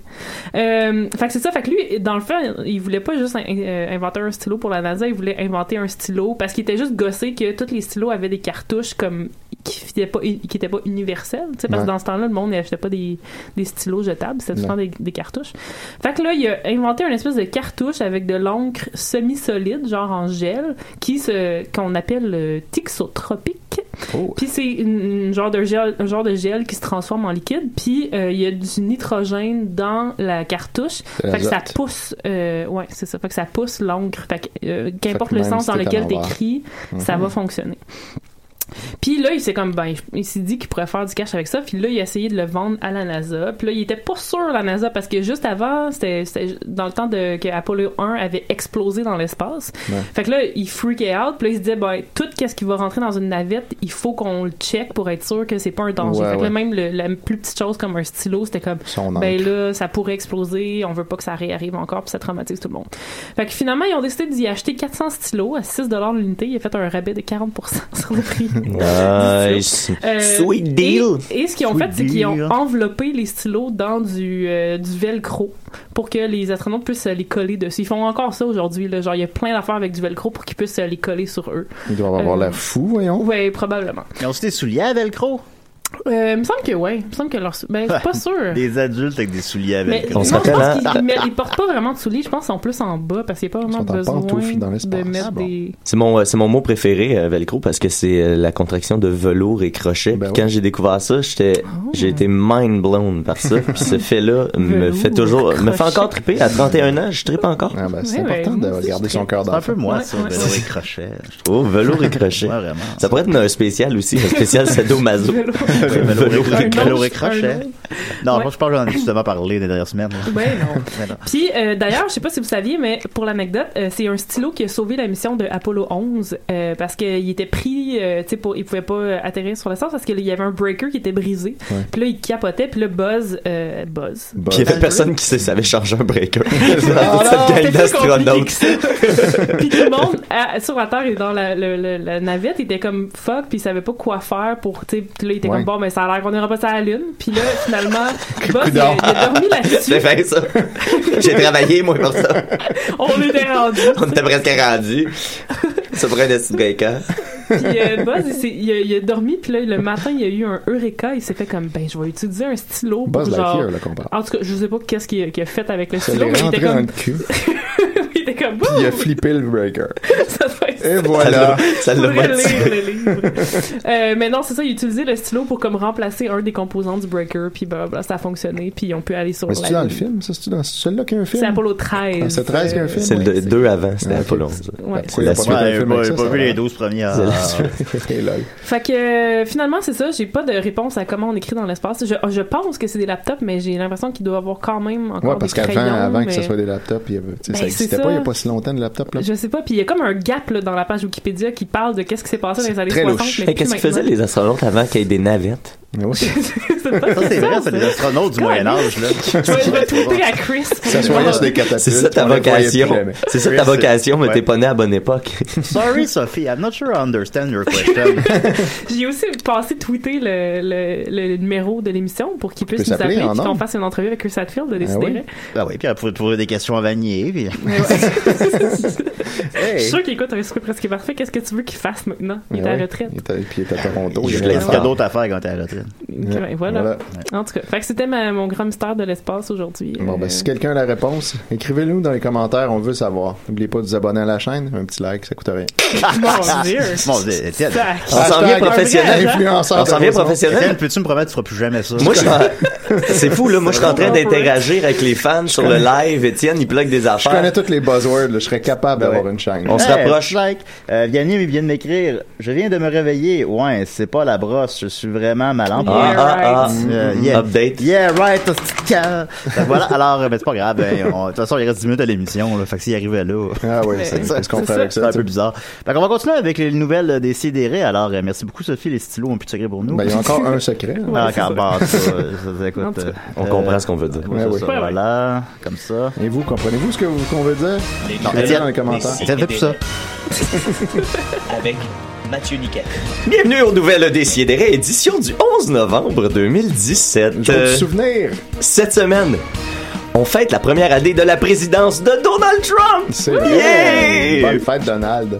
Speaker 6: Euh, fait que c'est ça, fait que lui, dans le fait, il voulait pas juste in- euh, inventer un stylo pour la NASA, il voulait inventer un stylo parce qu'il était juste gossé que tous les stylos avaient des cartouches comme qui n'étaient pas, qui étaient pas universelles, tu sais, parce
Speaker 10: Ouais.
Speaker 6: que dans ce temps-là, le monde n'achetait pas des, des stylos jetables, c'était souvent
Speaker 10: Non.
Speaker 6: des, des cartouches. Fait que là, il a inventé une espèce de cartouche avec de l'encre semi-solide, genre en gel, qui se, qu'on appelle euh, tixotropique. Puis c'est une, une genre de gel, un genre de gel qui se transforme en liquide. Puis euh, il y a du nitrogène dans la cartouche.
Speaker 10: C'est
Speaker 6: Fait que ça
Speaker 10: l'azote.
Speaker 6: pousse. euh, ouais, c'est ça. Fait que ça pousse l'encre. Fait que, euh, qu'importe
Speaker 10: Fait que
Speaker 6: le
Speaker 10: même
Speaker 6: sens
Speaker 10: si
Speaker 6: dans
Speaker 10: t'es à
Speaker 6: lequel
Speaker 10: l'envers.
Speaker 6: t'écris, ça
Speaker 10: Mhm.
Speaker 6: va fonctionner. Puis là, il s'est comme ben, il s'est dit qu'il pourrait faire du cash avec ça. Puis là, il a essayé de le vendre à la NASA. Puis là, il était pas sûr la NASA parce que juste avant, c'était c'était dans le temps de que Apollo 1 avait explosé dans l'espace.
Speaker 10: Ouais.
Speaker 6: Fait que là, il freakait out. Puis là, il se disait ben, tout qu'est-ce qui va rentrer dans une navette, il faut qu'on le check pour être sûr que c'est pas un danger.
Speaker 10: Ouais,
Speaker 6: fait que là,
Speaker 10: ouais.
Speaker 6: même le- la plus petite chose comme un stylo, c'était comme
Speaker 10: Son
Speaker 6: ben
Speaker 10: encre.
Speaker 6: là, ça pourrait exploser. On veut pas que ça réarrive encore puis ça traumatise tout le monde. Fait que finalement, ils ont décidé d'y acheter 400 stylos à 6 l'unité. Il a fait un rabais de 40% sur le prix.
Speaker 5: Nice.
Speaker 6: Euh,
Speaker 5: Sweet deal.
Speaker 6: Et, et ce qu'ils ont
Speaker 5: Sweet
Speaker 6: fait, c'est qu'ils ont
Speaker 5: deal.
Speaker 6: enveloppé les stylos dans du, euh, du velcro pour que les astronautes puissent euh, les coller dessus. Ils font encore ça aujourd'hui. là. Genre, il y a plein d'affaires avec du velcro pour qu'ils puissent euh, les coller sur eux.
Speaker 9: Ils doivent avoir
Speaker 6: Euh,
Speaker 9: l'air fous, voyons.
Speaker 6: Oui, probablement.
Speaker 7: Ils ont aussi des souliers à velcro.
Speaker 6: Euh, il me semble que oui. Il me semble que leur... Ben, je suis pas sûr.
Speaker 7: Des adultes avec des souliers à
Speaker 6: Mais
Speaker 7: velcro.
Speaker 6: non, je pense qu'ils mais ils portent pas vraiment de souliers. Je pense qu'ils sont plus en bas parce qu'il n'y a pas vraiment besoin de mettre des...
Speaker 5: C'est mon, euh, c'est mon mot préféré, euh, Velcro, parce que c'est euh, la contraction de velours et crochet.
Speaker 9: Ben
Speaker 5: Puis quand j'ai découvert ça, j'étais, j'ai été mind blown par ça. Puis ce fait-là me
Speaker 9: Velours,
Speaker 5: fait toujours, me fait
Speaker 9: crochet.
Speaker 5: encore triper. À 31 ans, je tripe encore.
Speaker 9: Ah ben, c'est important de regarder son cœur
Speaker 7: C'est
Speaker 9: d'enfant.
Speaker 7: un peu moi, ça, velours et crochet.
Speaker 5: Oh, velours et crochet. ça pourrait être un spécial aussi, un spécial sadomaso.
Speaker 7: Velours. Velours et- velours et crochet. Non,
Speaker 6: Ouais.
Speaker 7: je pense que j'en ai justement parlé des dernières semaines.
Speaker 6: Ben non.
Speaker 7: Mais non.
Speaker 6: Puis euh, d'ailleurs, je sais pas si vous saviez, mais pour l'anecdote, euh, c'est un stylo qui a sauvé la mission de Apollo 11 euh, parce qu'il était pris, euh, tu sais, pour- il pouvait pas euh, atterrir sur la station parce qu'il y avait un breaker qui était brisé.
Speaker 5: Ouais.
Speaker 6: Puis là, il capotait, puis là, Buzz, euh, Buzz. Ah,
Speaker 5: Puis il y avait personne qui se savait changer un breaker. Dans toute
Speaker 6: non,
Speaker 5: cette gang
Speaker 6: c'était plus
Speaker 5: d'astronautes.
Speaker 6: puis tout le monde à- sur la Terre et dans la, le- le- la navette était comme fuck, puis il savait pas quoi faire pour, tu sais, puis là, il était
Speaker 5: Ouais.
Speaker 6: comme bon, mais ça a l'air qu'on n'ira pas ça à la lune. Puis là, finalement, Buzz, il a,
Speaker 5: Coudon.
Speaker 6: Bah, il a dormi là-dessus.
Speaker 5: C'est fait ça. J'ai travaillé, moi, pour ça.
Speaker 6: On était rendu.
Speaker 5: On était presque rendu. Ça pourrait être un breaker.
Speaker 6: Puis euh, Buzz, il, s'est- il a, il a dormi, puis là, le matin, il y a eu un Eureka, il s'est fait comme, ben, je vais utiliser un stylo pour
Speaker 9: Buzz
Speaker 6: genre...
Speaker 9: Lightyear, là, qu'on parle.
Speaker 6: En tout cas, je sais pas qu'est-ce qu'il a, qu'il a fait avec le
Speaker 9: Ça
Speaker 6: stylo,
Speaker 9: l'est
Speaker 6: mais il
Speaker 9: rentré
Speaker 6: était
Speaker 9: dans le
Speaker 6: comme...
Speaker 9: cul.
Speaker 6: il était comme,
Speaker 9: Il a
Speaker 6: Ouh!
Speaker 9: flippé le breaker.
Speaker 6: Ça doit être
Speaker 9: Et voilà.
Speaker 5: Ça l'a
Speaker 6: Faudrait
Speaker 5: motivé.
Speaker 6: lire le livre. Euh, mais non, c'est ça, il utilisait le stylo pour comme remplacer un des composants du breaker, puis bah, bah, ça a fonctionné, puis on peut aller sur
Speaker 9: Mais
Speaker 6: la
Speaker 9: c'est-tu dans le
Speaker 6: lune.
Speaker 9: film? Ça, c'est-tu dans celui-là qui a un film?
Speaker 6: C'est Apollo Euh, 13.
Speaker 9: Ah, c'est 13 qui a un film?
Speaker 5: C'est le deux avant, c'était
Speaker 9: Ah, ok.
Speaker 5: Apollo 11.
Speaker 6: Ben, Ouais.
Speaker 9: Pourquoi
Speaker 5: C'est
Speaker 9: il a
Speaker 5: la
Speaker 9: pas
Speaker 5: suite.
Speaker 9: fait un
Speaker 8: Ouais,
Speaker 9: film
Speaker 8: pas-
Speaker 9: avec
Speaker 8: j'ai
Speaker 9: ça,
Speaker 8: pas
Speaker 9: ça
Speaker 8: vu
Speaker 9: va.
Speaker 8: les 12 premiers.
Speaker 5: C'est la
Speaker 8: Ah.
Speaker 5: suite.
Speaker 9: Et lol.
Speaker 6: Fait que euh, finalement, c'est ça, j'ai pas de réponse à comment on écrit dans l'espace. Je, je pense que c'est des laptops, mais j'ai l'impression qu'il doit y avoir quand même encore
Speaker 9: Ouais, parce
Speaker 6: des
Speaker 9: qu'avant
Speaker 6: crayons.
Speaker 9: avant que ce
Speaker 6: mais-
Speaker 9: soit des laptops, il y avait, tu sais,
Speaker 6: Ben,
Speaker 9: ça n'existait
Speaker 6: c'est
Speaker 9: pas il n'y a
Speaker 6: ça.
Speaker 9: pas si longtemps de laptop. Là.
Speaker 6: Je sais pas, puis il y a comme un gap là, dans la page Wikipédia qui parle de qu'est-ce qui s'est passé dans les années
Speaker 9: très
Speaker 6: 60.
Speaker 9: louche.
Speaker 5: Hey,
Speaker 6: mais plus
Speaker 5: Qu'est-ce qu'ils faisaient
Speaker 6: maintenant.
Speaker 5: les astronautes avant qu'il y ait des navettes?
Speaker 9: Mais oui.
Speaker 6: C'est pas
Speaker 8: Ça, c'est vrai, c'est les astronautes du
Speaker 6: Quand
Speaker 8: Moyen-Âge, là.
Speaker 6: Je vais- je vais tweeter à Chris. pour
Speaker 9: Ça
Speaker 6: lui
Speaker 9: soit
Speaker 6: demander.
Speaker 9: juste des catapultes.
Speaker 5: C'est ça ta
Speaker 9: on les voyait plus
Speaker 5: vocation.
Speaker 9: jamais.
Speaker 5: C'est ça
Speaker 8: Oui,
Speaker 5: ta
Speaker 8: c'est-
Speaker 5: vocation, mais
Speaker 8: ouais.
Speaker 5: t'es pas né à bonne époque.
Speaker 8: Sorry, Sophie, I'm not sure I understand your question.
Speaker 6: J'ai aussi passé tweeter le, le, le numéro de l'émission pour qu'ils puissent
Speaker 9: peut
Speaker 6: nous appeler
Speaker 9: s'appeler
Speaker 6: et
Speaker 9: en
Speaker 6: qu'on
Speaker 9: ondes.
Speaker 6: fasse une entrevue avec Chris Hadfield de
Speaker 9: Ah oui.
Speaker 6: décider.
Speaker 8: ah oui, puis elle pourrait trouver des questions à Vanier. Puis...
Speaker 6: Je suis sûr qu'il écoute un souper presque parfait. Qu'est-ce que tu veux qu'il fasse maintenant? Il est
Speaker 8: Ah
Speaker 9: Ouais.
Speaker 6: à la retraite.
Speaker 9: Ah Il était- Puis il était à Toronto.
Speaker 8: Il
Speaker 9: il
Speaker 8: y
Speaker 9: avait
Speaker 8: a d'autres affaires quand t'es à la retraite.
Speaker 6: Donc, ben, voilà.
Speaker 9: Voilà.
Speaker 6: En tout cas, fait que c'était ma- mon grand mystère de l'espace aujourd'hui.
Speaker 9: Bon, ben, si quelqu'un a la réponse, écrivez-nous dans les commentaires, on veut savoir. N'oubliez pas de vous abonner à la chaîne, un petit like, ça coûte rien.
Speaker 6: Mon Dieu!
Speaker 8: Bon, Étienne,
Speaker 6: Sac.
Speaker 5: On s'en vient
Speaker 9: Hashtag
Speaker 5: professionnel.
Speaker 9: influenceur
Speaker 5: On s'en vient
Speaker 9: de raison.
Speaker 8: Étienne,
Speaker 5: professionnel.
Speaker 8: peux-tu me promettre que tu feras plus jamais ça?
Speaker 5: Moi, je suis en- c'est fou, là. Moi, je suis en train
Speaker 6: vraiment
Speaker 5: d'interagir avec les fans sur le live. Étienne, il plug des
Speaker 9: Je connais
Speaker 5: affaires.
Speaker 9: tous les buzzwords, là, je serais capable
Speaker 8: Ben
Speaker 9: d'avoir
Speaker 8: ouais.
Speaker 9: une chaîne.
Speaker 5: On se
Speaker 8: Hey,
Speaker 5: rapproche.
Speaker 8: Like. Euh, Vianney, il vient de m'écrire. Je viens de me réveiller. Ouais, c'est pas la brosse. Je suis vraiment mal en
Speaker 5: Ah, ah, ah.
Speaker 8: Euh, yeah.
Speaker 5: Update.
Speaker 8: Yeah, right. Fait que voilà, alors, euh, ben, c'est pas grave. Ben, on- De toute façon, il reste 10 minutes à l'émission. là. Fait que s'il arrivait là,
Speaker 9: Ah oui, c'est
Speaker 8: c'est
Speaker 9: c'est ce qu'on fait avec
Speaker 8: c'est
Speaker 9: ça.
Speaker 8: un
Speaker 9: tu
Speaker 8: peu
Speaker 9: sais.
Speaker 8: bizarre. Fait qu'on va continuer avec les nouvelles euh, des CDR. Alors, euh, merci beaucoup, Sophie. Les stylos ont pu tirer pour nous.
Speaker 9: Ben, il y a encore un secret. hein. là.
Speaker 8: Ah, quand bah, ça, ça, écoute,
Speaker 6: En tout cas.
Speaker 8: euh,
Speaker 5: On
Speaker 8: euh,
Speaker 5: comprend ce qu'on veut dire.
Speaker 8: ouais, c'est
Speaker 9: Ouais,
Speaker 8: ça,
Speaker 6: ouais.
Speaker 8: Voilà, comme ça.
Speaker 9: Et vous, comprenez-vous ce que vous- qu'on veut dire?
Speaker 8: Non,
Speaker 9: Écrivez dans les commentaires.
Speaker 8: Étienne, fais plus ça.
Speaker 16: avec Mathieu Niquet.
Speaker 5: Bienvenue aux nouvelles Décidérées, édition du 11 novembre 2017.
Speaker 9: Je veux
Speaker 5: Euh,
Speaker 9: te souvenir.
Speaker 5: Cette semaine, on fête la première année de la présidence de Donald Trump.
Speaker 9: C'est vrai.
Speaker 5: Yeah!
Speaker 9: Bonne fête, Donald.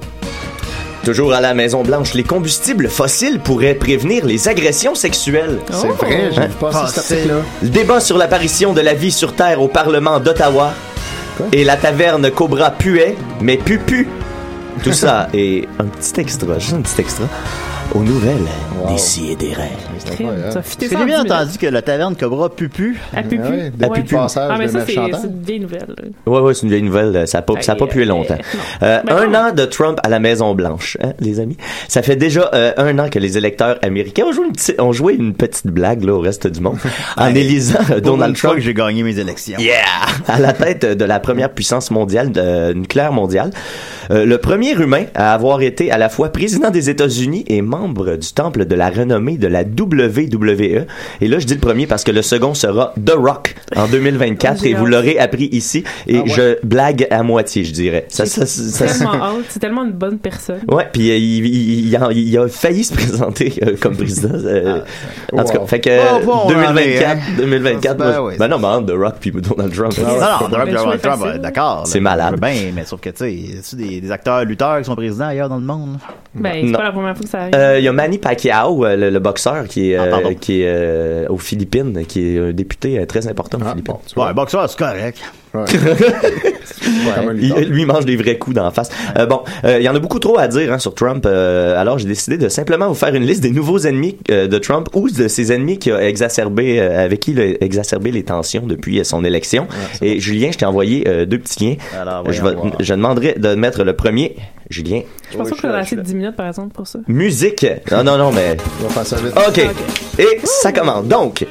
Speaker 5: Toujours à la Maison Blanche, les combustibles fossiles pourraient prévenir les agressions sexuelles. Hein?
Speaker 9: C'est vrai, j'ai vu passer cet
Speaker 8: Passé.
Speaker 9: article-là.
Speaker 5: Le débat sur l'apparition de la vie sur Terre au Parlement d'Ottawa
Speaker 9: Quoi?
Speaker 5: et la taverne Cobra puait, mais pupu. Tout ça et un petit extra, juste un petit extra aux nouvelles
Speaker 9: Wow.
Speaker 5: d'ici et des
Speaker 9: C'est
Speaker 6: Crime, ça
Speaker 9: incroyable.
Speaker 6: a fité
Speaker 8: J'ai
Speaker 6: ça en
Speaker 8: bien
Speaker 6: 10 minutes.
Speaker 8: entendu que la taverne Cobra pupu.
Speaker 6: À Pupu.
Speaker 9: Ah ouais,
Speaker 5: à Pupu.
Speaker 9: Passage
Speaker 6: Ah, mais
Speaker 9: de
Speaker 6: ça, c'est
Speaker 9: Merchantin.
Speaker 6: c'est une vieille nouvelle. là.
Speaker 5: Ouais, ouais, c'est une vieille nouvelle. euh, Ça n'a pas, ça a pas
Speaker 6: Ben,
Speaker 5: pué
Speaker 6: euh,
Speaker 5: longtemps.
Speaker 6: non.
Speaker 5: Euh,
Speaker 6: Ben
Speaker 5: un
Speaker 6: non.
Speaker 5: an de Trump à la Maison-Blanche, hein, les amis. Ça fait déjà euh, un an que les électeurs américains ont joué une, petite- ont joué une petite blague là, au reste du monde en élisant euh,
Speaker 8: Pour une
Speaker 5: Donald
Speaker 8: fois que
Speaker 5: Trump
Speaker 8: j'ai gagné mes élections.
Speaker 5: Yeah! À la tête de la première puissance mondiale euh, nucléaire mondiale, Euh, le premier humain à avoir été à la fois président des États-Unis et membre du temple de la renommée de la WWE. Et là, je dis le premier parce que le second sera The Rock en 2024 et vous l'aurez appris ici. Et
Speaker 9: Ah ouais.
Speaker 5: je blague à moitié, je dirais. Ça, ça, ça- ça-
Speaker 6: Euh, Tellement haute, c'est tellement une bonne personne.
Speaker 5: Ouais, puis euh, il, il- il a, il a failli se présenter euh, comme président. euh, en tout cas,
Speaker 9: Wow.
Speaker 5: fait que euh,
Speaker 8: Bon, bon, on en est, hein.
Speaker 5: 2024, 2024.
Speaker 8: Ben
Speaker 5: moi,
Speaker 8: oui.
Speaker 5: ben non, mais entre The Rock puis Donald Trump.
Speaker 8: Non, non, Donald
Speaker 6: le choix est
Speaker 8: Trump, Trump,
Speaker 6: facile.
Speaker 8: euh, d'accord.
Speaker 5: C'est
Speaker 8: là,
Speaker 5: malade.
Speaker 8: je veux bien, mais sauf que, tu sais, y a-tu des, des acteurs lutteurs qui sont présidents ailleurs dans le monde?
Speaker 6: Ben, c'est
Speaker 5: Non.
Speaker 6: pas la première fois que ça arrive.
Speaker 5: Euh, Il y a Manny Pacquiao, euh, le, le boxeur qui est,
Speaker 8: Ah,
Speaker 5: euh,
Speaker 8: pardon.
Speaker 5: qui est euh, aux Philippines, qui est un député euh, très important aux
Speaker 9: Ah,
Speaker 5: Philippines.
Speaker 9: bon, tu
Speaker 8: Ouais,
Speaker 9: vois.
Speaker 8: un boxeur, c'est correct.
Speaker 9: Ouais. C'est comme un
Speaker 5: Il-
Speaker 9: leader.
Speaker 5: lui il mange des vrais coups d'en face. Euh, bon, euh, il y en a beaucoup trop à dire hein, sur Trump. euh, alors j'ai décidé de simplement vous faire une liste des nouveaux ennemis euh, de Trump ou de ses ennemis qui a exacerbé, euh, avec qui il a exacerbé les tensions depuis euh, son élection. Et Julien, je t'ai envoyé euh, deux petits liens.
Speaker 8: Alors,
Speaker 5: je,
Speaker 8: voyons
Speaker 5: vais-
Speaker 8: voir.
Speaker 5: je demanderai de mettre le premier. Julien,
Speaker 6: Je pense pas qu'on a assez de 10 minutes, par exemple, pour ça.
Speaker 5: musique. Non, non, non, mais
Speaker 9: On va faire ça vite.
Speaker 5: OK. Et ça commence. Donc,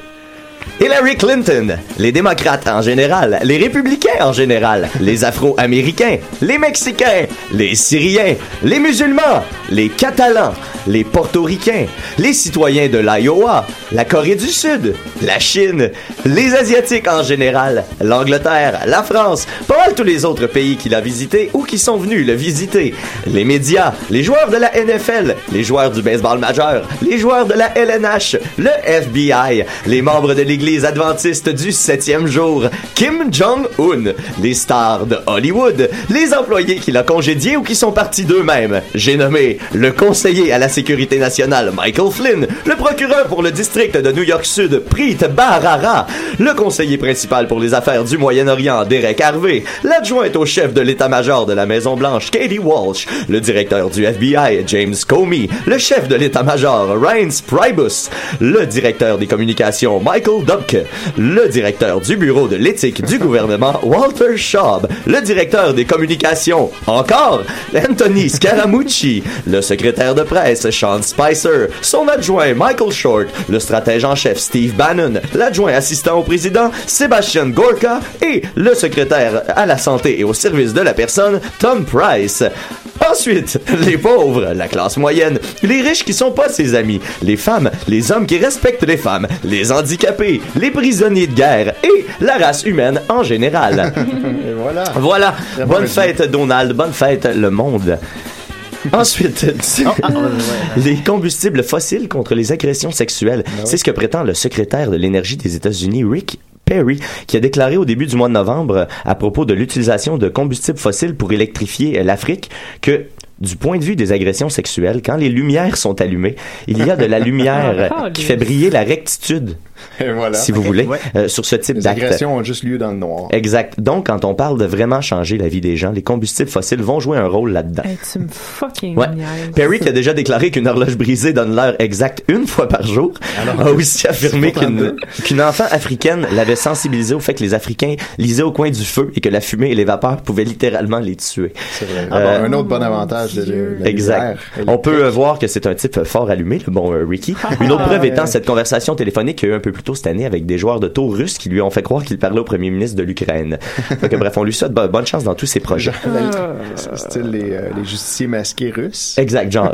Speaker 5: Hillary Clinton, les démocrates en général, les républicains en général, les afro-américains, les mexicains, les syriens, les musulmans, les catalans, les portoricains, les citoyens de l'Iowa, la Corée du Sud, la Chine, les asiatiques en général, l'Angleterre, la France, pas mal tous les autres pays qu'il a visités ou qui sont venus le visiter, les médias, les joueurs de la NFL, les joueurs du baseball majeur, les joueurs de la LNH, le FBI, les membres de l'Église l'Église adventiste du 7e jour, Kim Jong-un, les stars de Hollywood, les employés qu'il a congédiés ou qui sont partis d'eux-mêmes. J'ai nommé le conseiller à la sécurité nationale Michael Flynn, le procureur pour le district de New York Sud Preet Bharara, le conseiller principal pour les affaires du Moyen-Orient Derek Harvey, l'adjointe au chef de l'état-major de la Maison-Blanche Katie Walsh, le directeur du FBI James Comey, le chef de l'état-major Reince Priebus, le directeur des communications Michael Dobke, le directeur du bureau de l'éthique du gouvernement Walter Schaub, le directeur des communications encore Anthony Scaramucci, le secrétaire de presse Sean Spicer, son adjoint Michael Short, le stratège en chef Steve Bannon, l'adjoint assistant au président Sebastian Gorka et le secrétaire à la santé et au service de la personne Tom Price. Ensuite, les pauvres, la classe moyenne, les riches qui sont pas ses amis, les femmes, les hommes qui respectent les femmes, les handicapés, les prisonniers de guerre et la race humaine en général.
Speaker 7: Et voilà.
Speaker 5: Voilà.
Speaker 9: Ah,
Speaker 7: Très bon
Speaker 5: Bonne
Speaker 7: résumé.
Speaker 5: fête, Donald. Bonne fête, le monde.
Speaker 9: Ah.
Speaker 5: Ensuite, les combustibles fossiles contre les agressions sexuelles.
Speaker 9: Ben
Speaker 5: C'est ce que prétend le secrétaire de l'énergie des États-Unis, Rick Perry, qui a déclaré au début du mois de novembre euh, à propos de l'utilisation de combustibles fossiles pour électrifier euh, l'Afrique que du point de vue des agressions sexuelles, quand les lumières sont allumées, il y a de la lumière euh, qui fait briller la rectitude,
Speaker 9: Et Ah, voilà.
Speaker 5: si vous voulez, euh, sur ce type
Speaker 9: Les
Speaker 5: d'acte.
Speaker 9: agressions ont juste lieu dans le noir.
Speaker 5: Exact. Donc, quand on parle de vraiment changer la vie des gens, les combustibles fossiles vont jouer un rôle là-dedans.
Speaker 6: Hey, tu me fucking
Speaker 5: Ouais.
Speaker 6: niaises.
Speaker 5: Perry, qui a déjà déclaré qu'une horloge brisée donne l'heure exacte une fois par jour,
Speaker 7: Alors,
Speaker 5: a aussi affirmé
Speaker 7: c'est pas
Speaker 5: qu'une
Speaker 7: tant
Speaker 5: qu'une enfant africaine l'avait sensibilisée au fait que les Africains lisaient au coin du feu et que la fumée et les vapeurs pouvaient littéralement les tuer.
Speaker 9: Ah
Speaker 5: Euh,
Speaker 9: bon, un autre bon avantage de la- la
Speaker 5: Exact.
Speaker 9: lumière.
Speaker 5: On peut euh, voir que c'est un type fort allumé, le bon euh, Ricky. Une autre preuve
Speaker 9: Ouais.
Speaker 5: étant cette conversation téléphonique qu'il y a eu un peu plus tôt cette année avec des joueurs de taux russes qui lui ont fait croire qu'il parlait au premier ministre de l'Ukraine. Fait que, bref, on lui souhaite bo- bonne chance dans tous ses projets.
Speaker 6: Ah.
Speaker 9: C'est style les, euh, les justiciers masqués russes.
Speaker 5: Exact, genre.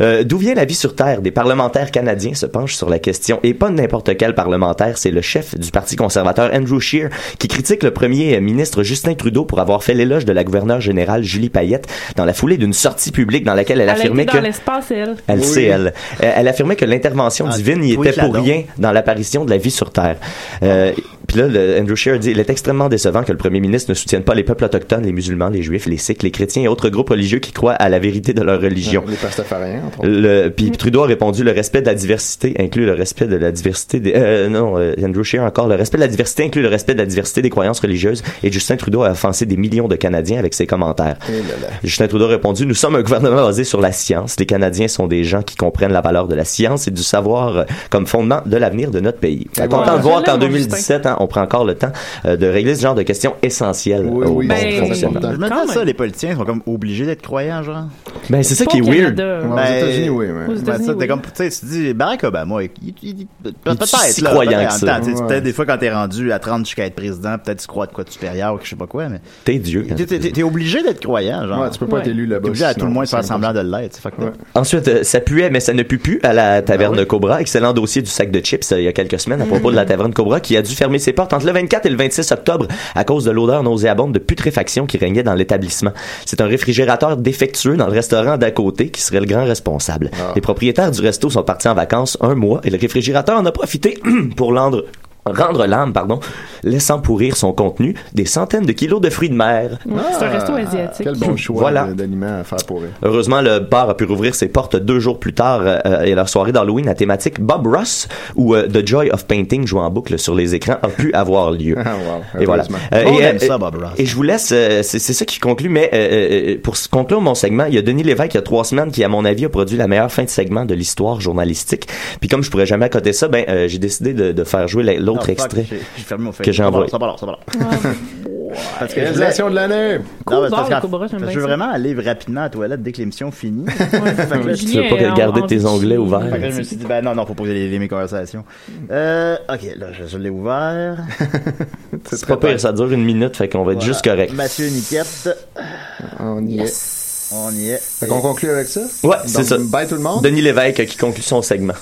Speaker 5: Euh, D'où vient la vie sur Terre? Des parlementaires canadiens se penchent sur la question, et pas n'importe quel parlementaire, c'est le chef du Parti conservateur Andrew Scheer, qui critique le premier ministre Justin Trudeau pour avoir fait l'éloge de la gouverneure générale Julie Payette dans la foulée d'une sortie publique dans laquelle elle,
Speaker 6: Elle a
Speaker 5: affirmait
Speaker 6: été
Speaker 5: que...
Speaker 6: dans l'espace, elle.
Speaker 5: Elle
Speaker 6: Oui.
Speaker 5: sait, elle. Euh, elle affirmait que l'intervention
Speaker 6: Ah,
Speaker 5: divine n'y
Speaker 6: tweet
Speaker 5: était
Speaker 6: la
Speaker 5: pour
Speaker 6: donc.
Speaker 5: rien dans l'apparition de la vie sur Terre. Euh, Puis là, le- Andrew Scheer dit, il est extrêmement décevant que le premier ministre ne soutienne pas les peuples autochtones, les musulmans, les juifs, les sikhs, les chrétiens et autres groupes religieux qui croient à la vérité de leur religion.
Speaker 9: Les pastafariens, entre autres.
Speaker 5: Le, puis Trudeau a répondu le respect de la diversité inclut le respect de la diversité des euh, non euh, Andrew Scheer encore le respect de la diversité inclut le respect de la diversité des croyances religieuses et Justin Trudeau a offensé des millions de Canadiens avec ses commentaires.
Speaker 9: Eh là là.
Speaker 5: Justin Trudeau a répondu nous sommes un gouvernement basé sur la science les Canadiens sont des gens qui comprennent la valeur de la science et du savoir euh, comme fondement de l'avenir de notre pays. Fait
Speaker 9: Et
Speaker 5: content
Speaker 9: voilà.
Speaker 5: de voir
Speaker 9: Je
Speaker 5: qu'en
Speaker 9: l'aime, mon
Speaker 5: 2017 hein, on prend encore le temps euh, de régler ce genre de questions essentielles euh, au bon fonctionnement.
Speaker 8: Je me demande ben, ça, les politiciens sont comme obligés d'être croyants, genre.
Speaker 5: Ben, c'est ça qui est weird.
Speaker 8: Ben,
Speaker 9: ouais.
Speaker 8: ben, ça, t'es comme, tu sais, tu dis, Barack Obama, il, il, il, peut-être,
Speaker 5: si
Speaker 8: là,
Speaker 5: croyant
Speaker 8: peut-être,
Speaker 5: que
Speaker 8: en
Speaker 5: ça.
Speaker 8: temps, tu sais,
Speaker 5: Ouais.
Speaker 8: peut-être des fois quand t'es rendu à 30 jusqu'à être président, peut-être tu crois de quoi de supérieur ou que je sais pas quoi, mais.
Speaker 5: T'es Dieu.
Speaker 8: T'es, t'es- t'es obligé d'être croyant, genre.
Speaker 9: Ouais, tu peux pas Ouais. être élu là-bas,
Speaker 8: T'es obligé à
Speaker 9: sinon,
Speaker 8: tout le moins de
Speaker 9: c'est
Speaker 8: faire semblant de l'être, fuck that.
Speaker 5: Ensuite, euh, ça puait, mais ça ne pue plus à la taverne Cobra. Excellent dossier du sac de chips euh, il y a quelques semaines à propos de la taverne Cobra qui a dû fermer ses portes entre le 24 et le 26 octobre à cause de l'odeur nauséabonde de putréfaction qui régnait dans l'établissement. C'est un réfrigérateur défectueux dans le restaurant d'à côté qui serait le grand responsable. Les propriétaires du resto sont partis en vacances un mois et le réfrigérateur en a profité pour rendre rendre l'âme, pardon, laissant pourrir son contenu des centaines de kilos de fruits de mer.
Speaker 6: Ouais, c'est un resto asiatique.
Speaker 9: Ah, Quel bon choix
Speaker 5: Voilà.
Speaker 9: de- d'aliments à faire pour eux.
Speaker 5: Heureusement, le bar a pu rouvrir ses portes deux jours plus tard euh, euh, et leur soirée d'Halloween à thématique Bob Ross ou euh, The Joy of Painting jouant en boucle sur les écrans a pu avoir lieu. Et voilà.
Speaker 8: Ah, heureusement.
Speaker 5: Euh,
Speaker 8: On
Speaker 5: et,
Speaker 8: aime
Speaker 5: euh,
Speaker 8: ça, Bob Ross.
Speaker 5: et je vous laisse, euh, c'est c'est ça qui conclut, mais euh, euh, pour s- conclure mon segment, il y a Denis Lévesque il y a trois semaines qui, à mon avis, a produit la meilleure fin de segment de l'histoire journalistique. Puis comme je pourrais jamais accoter ça, ben euh, j'ai décidé de, de faire jouer la- l'autre
Speaker 8: Non, Ah, fuck,
Speaker 5: extrait
Speaker 8: j'ai- j'ai fermé mon
Speaker 5: que j'ai envoyé.
Speaker 8: Ça va alors, ça va alors, ça va alors. Parce je
Speaker 9: Réalisation de l'année!
Speaker 8: Non, mais
Speaker 9: Cool,
Speaker 8: parce
Speaker 9: bar,
Speaker 8: qu'en-
Speaker 9: le Cobra, j'aime
Speaker 8: parce que
Speaker 9: bien
Speaker 8: je veux
Speaker 9: ça.
Speaker 8: vraiment aller rapidement à la toilette dès que l'émission finit. Fait que là,
Speaker 5: Tu veux pas garder tes onglets ouverts.
Speaker 8: Fait que là, je me suis dit, ben non, non, faut pas que j'aille mes conversations. Euh, ok, là, je, je l'ai ouvert.
Speaker 5: C'est pas pire, ça dure une minute, fait qu'on va être
Speaker 8: Voilà.
Speaker 5: juste correct.
Speaker 8: Mathieu Niquette.
Speaker 9: On y
Speaker 8: est. On y est.
Speaker 9: Fait qu'on conclut avec ça?
Speaker 5: Ouais, c'est
Speaker 9: Donc,
Speaker 5: ça.
Speaker 9: Bye tout le monde.
Speaker 5: Denis Lévesque euh, qui conclut son segment.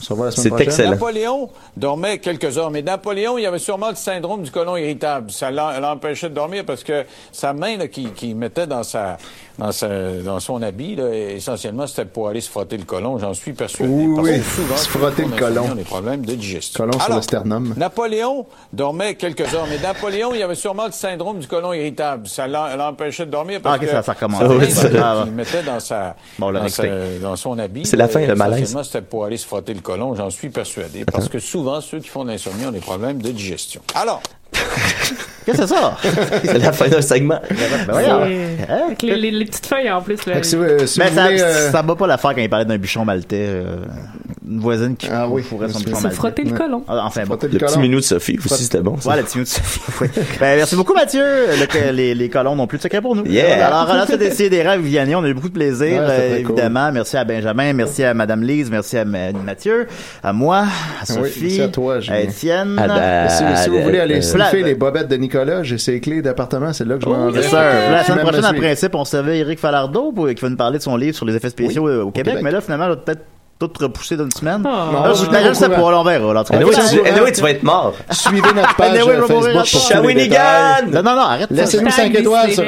Speaker 9: se revoit la semaine
Speaker 5: C'est
Speaker 9: prochaine.
Speaker 5: excellent.
Speaker 17: Napoléon dormait quelques heures, mais Napoléon, il avait sûrement le syndrome du colon irritable. Ça l'en- l'empêchait de dormir parce que sa main là, qu'il qu'il mettait dans, sa, dans, sa- dans son habit, là, essentiellement, c'était pour aller se frotter le colon, j'en suis persuadé.
Speaker 9: Oui,
Speaker 17: parce que
Speaker 9: oui,
Speaker 17: souvent,
Speaker 9: se frotter
Speaker 17: on
Speaker 9: le
Speaker 17: a souvent
Speaker 9: colon.
Speaker 17: des problèmes de digestion.
Speaker 9: Colon sur
Speaker 17: Alors,
Speaker 9: le sternum.
Speaker 17: Napoléon dormait quelques heures, mais Napoléon, il avait sûrement le syndrome du colon irritable. Ça l'en- l'empêchait de dormir parce
Speaker 8: Ah, ok,
Speaker 17: que
Speaker 8: ça- ça recommence.
Speaker 17: sa main,
Speaker 8: Ah oui, ça-
Speaker 17: là, qu'il mettait dans, sa,
Speaker 8: Bon, on l'a
Speaker 17: dans, sa-
Speaker 8: expliqué.
Speaker 17: dans son habit.
Speaker 5: C'est la
Speaker 17: là,
Speaker 5: fin, le malaise.
Speaker 17: essentiellement, c'était pour aller se frotter le colon, j'en suis persuadé. Parce que souvent, ceux qui font de l'insomnie ont des problèmes de digestion. Alors,
Speaker 8: Qu'est-ce que c'est ça?
Speaker 5: C'est la fin d'un segment.
Speaker 8: Ben
Speaker 9: Ben
Speaker 6: C'est-
Speaker 9: Hein?
Speaker 6: Avec les, les- les petites feuilles en plus. là.
Speaker 8: mais ça,
Speaker 9: euh,
Speaker 6: euh,
Speaker 8: ça bat pas l'affaire quand il parlait d'un bouchon maltais. euh, une voisine qui ah, oui, fourrait son
Speaker 6: me
Speaker 8: bouchon
Speaker 6: souviens.
Speaker 8: maltais.
Speaker 6: Se frotter le colon.
Speaker 8: Ah, enfin, bon.
Speaker 5: Le petit minou de Sophie aussi, c'était bon. ça.
Speaker 8: Ouais, le petit minou de Sophie. oui. Ben, merci beaucoup, Mathieu. Le- les, les colons n'ont plus de secret pour nous.
Speaker 5: Yeah.
Speaker 8: Alors, là, c'est d'essayer des rêves, Vianney. On a eu beaucoup de plaisir,
Speaker 7: Ouais, c'était
Speaker 8: euh,
Speaker 7: cool.
Speaker 8: évidemment. Merci à Benjamin, merci à Madame Lise, merci à Ma- Mathieu, à moi, à
Speaker 9: Oui,
Speaker 8: Sophie,
Speaker 9: merci à toi, Julien.
Speaker 8: Étienne.
Speaker 9: Et si, si vous voulez
Speaker 5: euh,
Speaker 9: aller sniffer
Speaker 8: Voilà.
Speaker 9: les bobettes de Nicolas, j'ai ses clés d'appartement, c'est là que je m'en vais.
Speaker 8: Oh, Yes, sir. La semaine
Speaker 9: Même
Speaker 8: prochaine, en
Speaker 9: celui-
Speaker 8: principe, on savait Eric Falardeau pour- qui va nous parler de son livre sur les effets spéciaux euh, au Québec.
Speaker 9: Québec.
Speaker 8: Mais là, finalement, on va peut-être tout repousser d'une semaine.
Speaker 9: Non,
Speaker 8: Alors,
Speaker 9: je
Speaker 8: je
Speaker 9: suis pas
Speaker 8: t'arrête
Speaker 9: au
Speaker 8: ça
Speaker 9: courant.
Speaker 8: pour on verra. là, en tout cas.
Speaker 5: Anyway, tu, anyway, tu vas être mort.
Speaker 9: Suivez notre page
Speaker 8: Anyway,
Speaker 9: euh,
Speaker 8: je vais mourir en
Speaker 9: Facebook pour tous les
Speaker 8: Shawinigan!
Speaker 9: détails.
Speaker 8: Non, non, non, arrête.
Speaker 9: Laissez-nous
Speaker 8: ça.
Speaker 9: 5 étoiles sur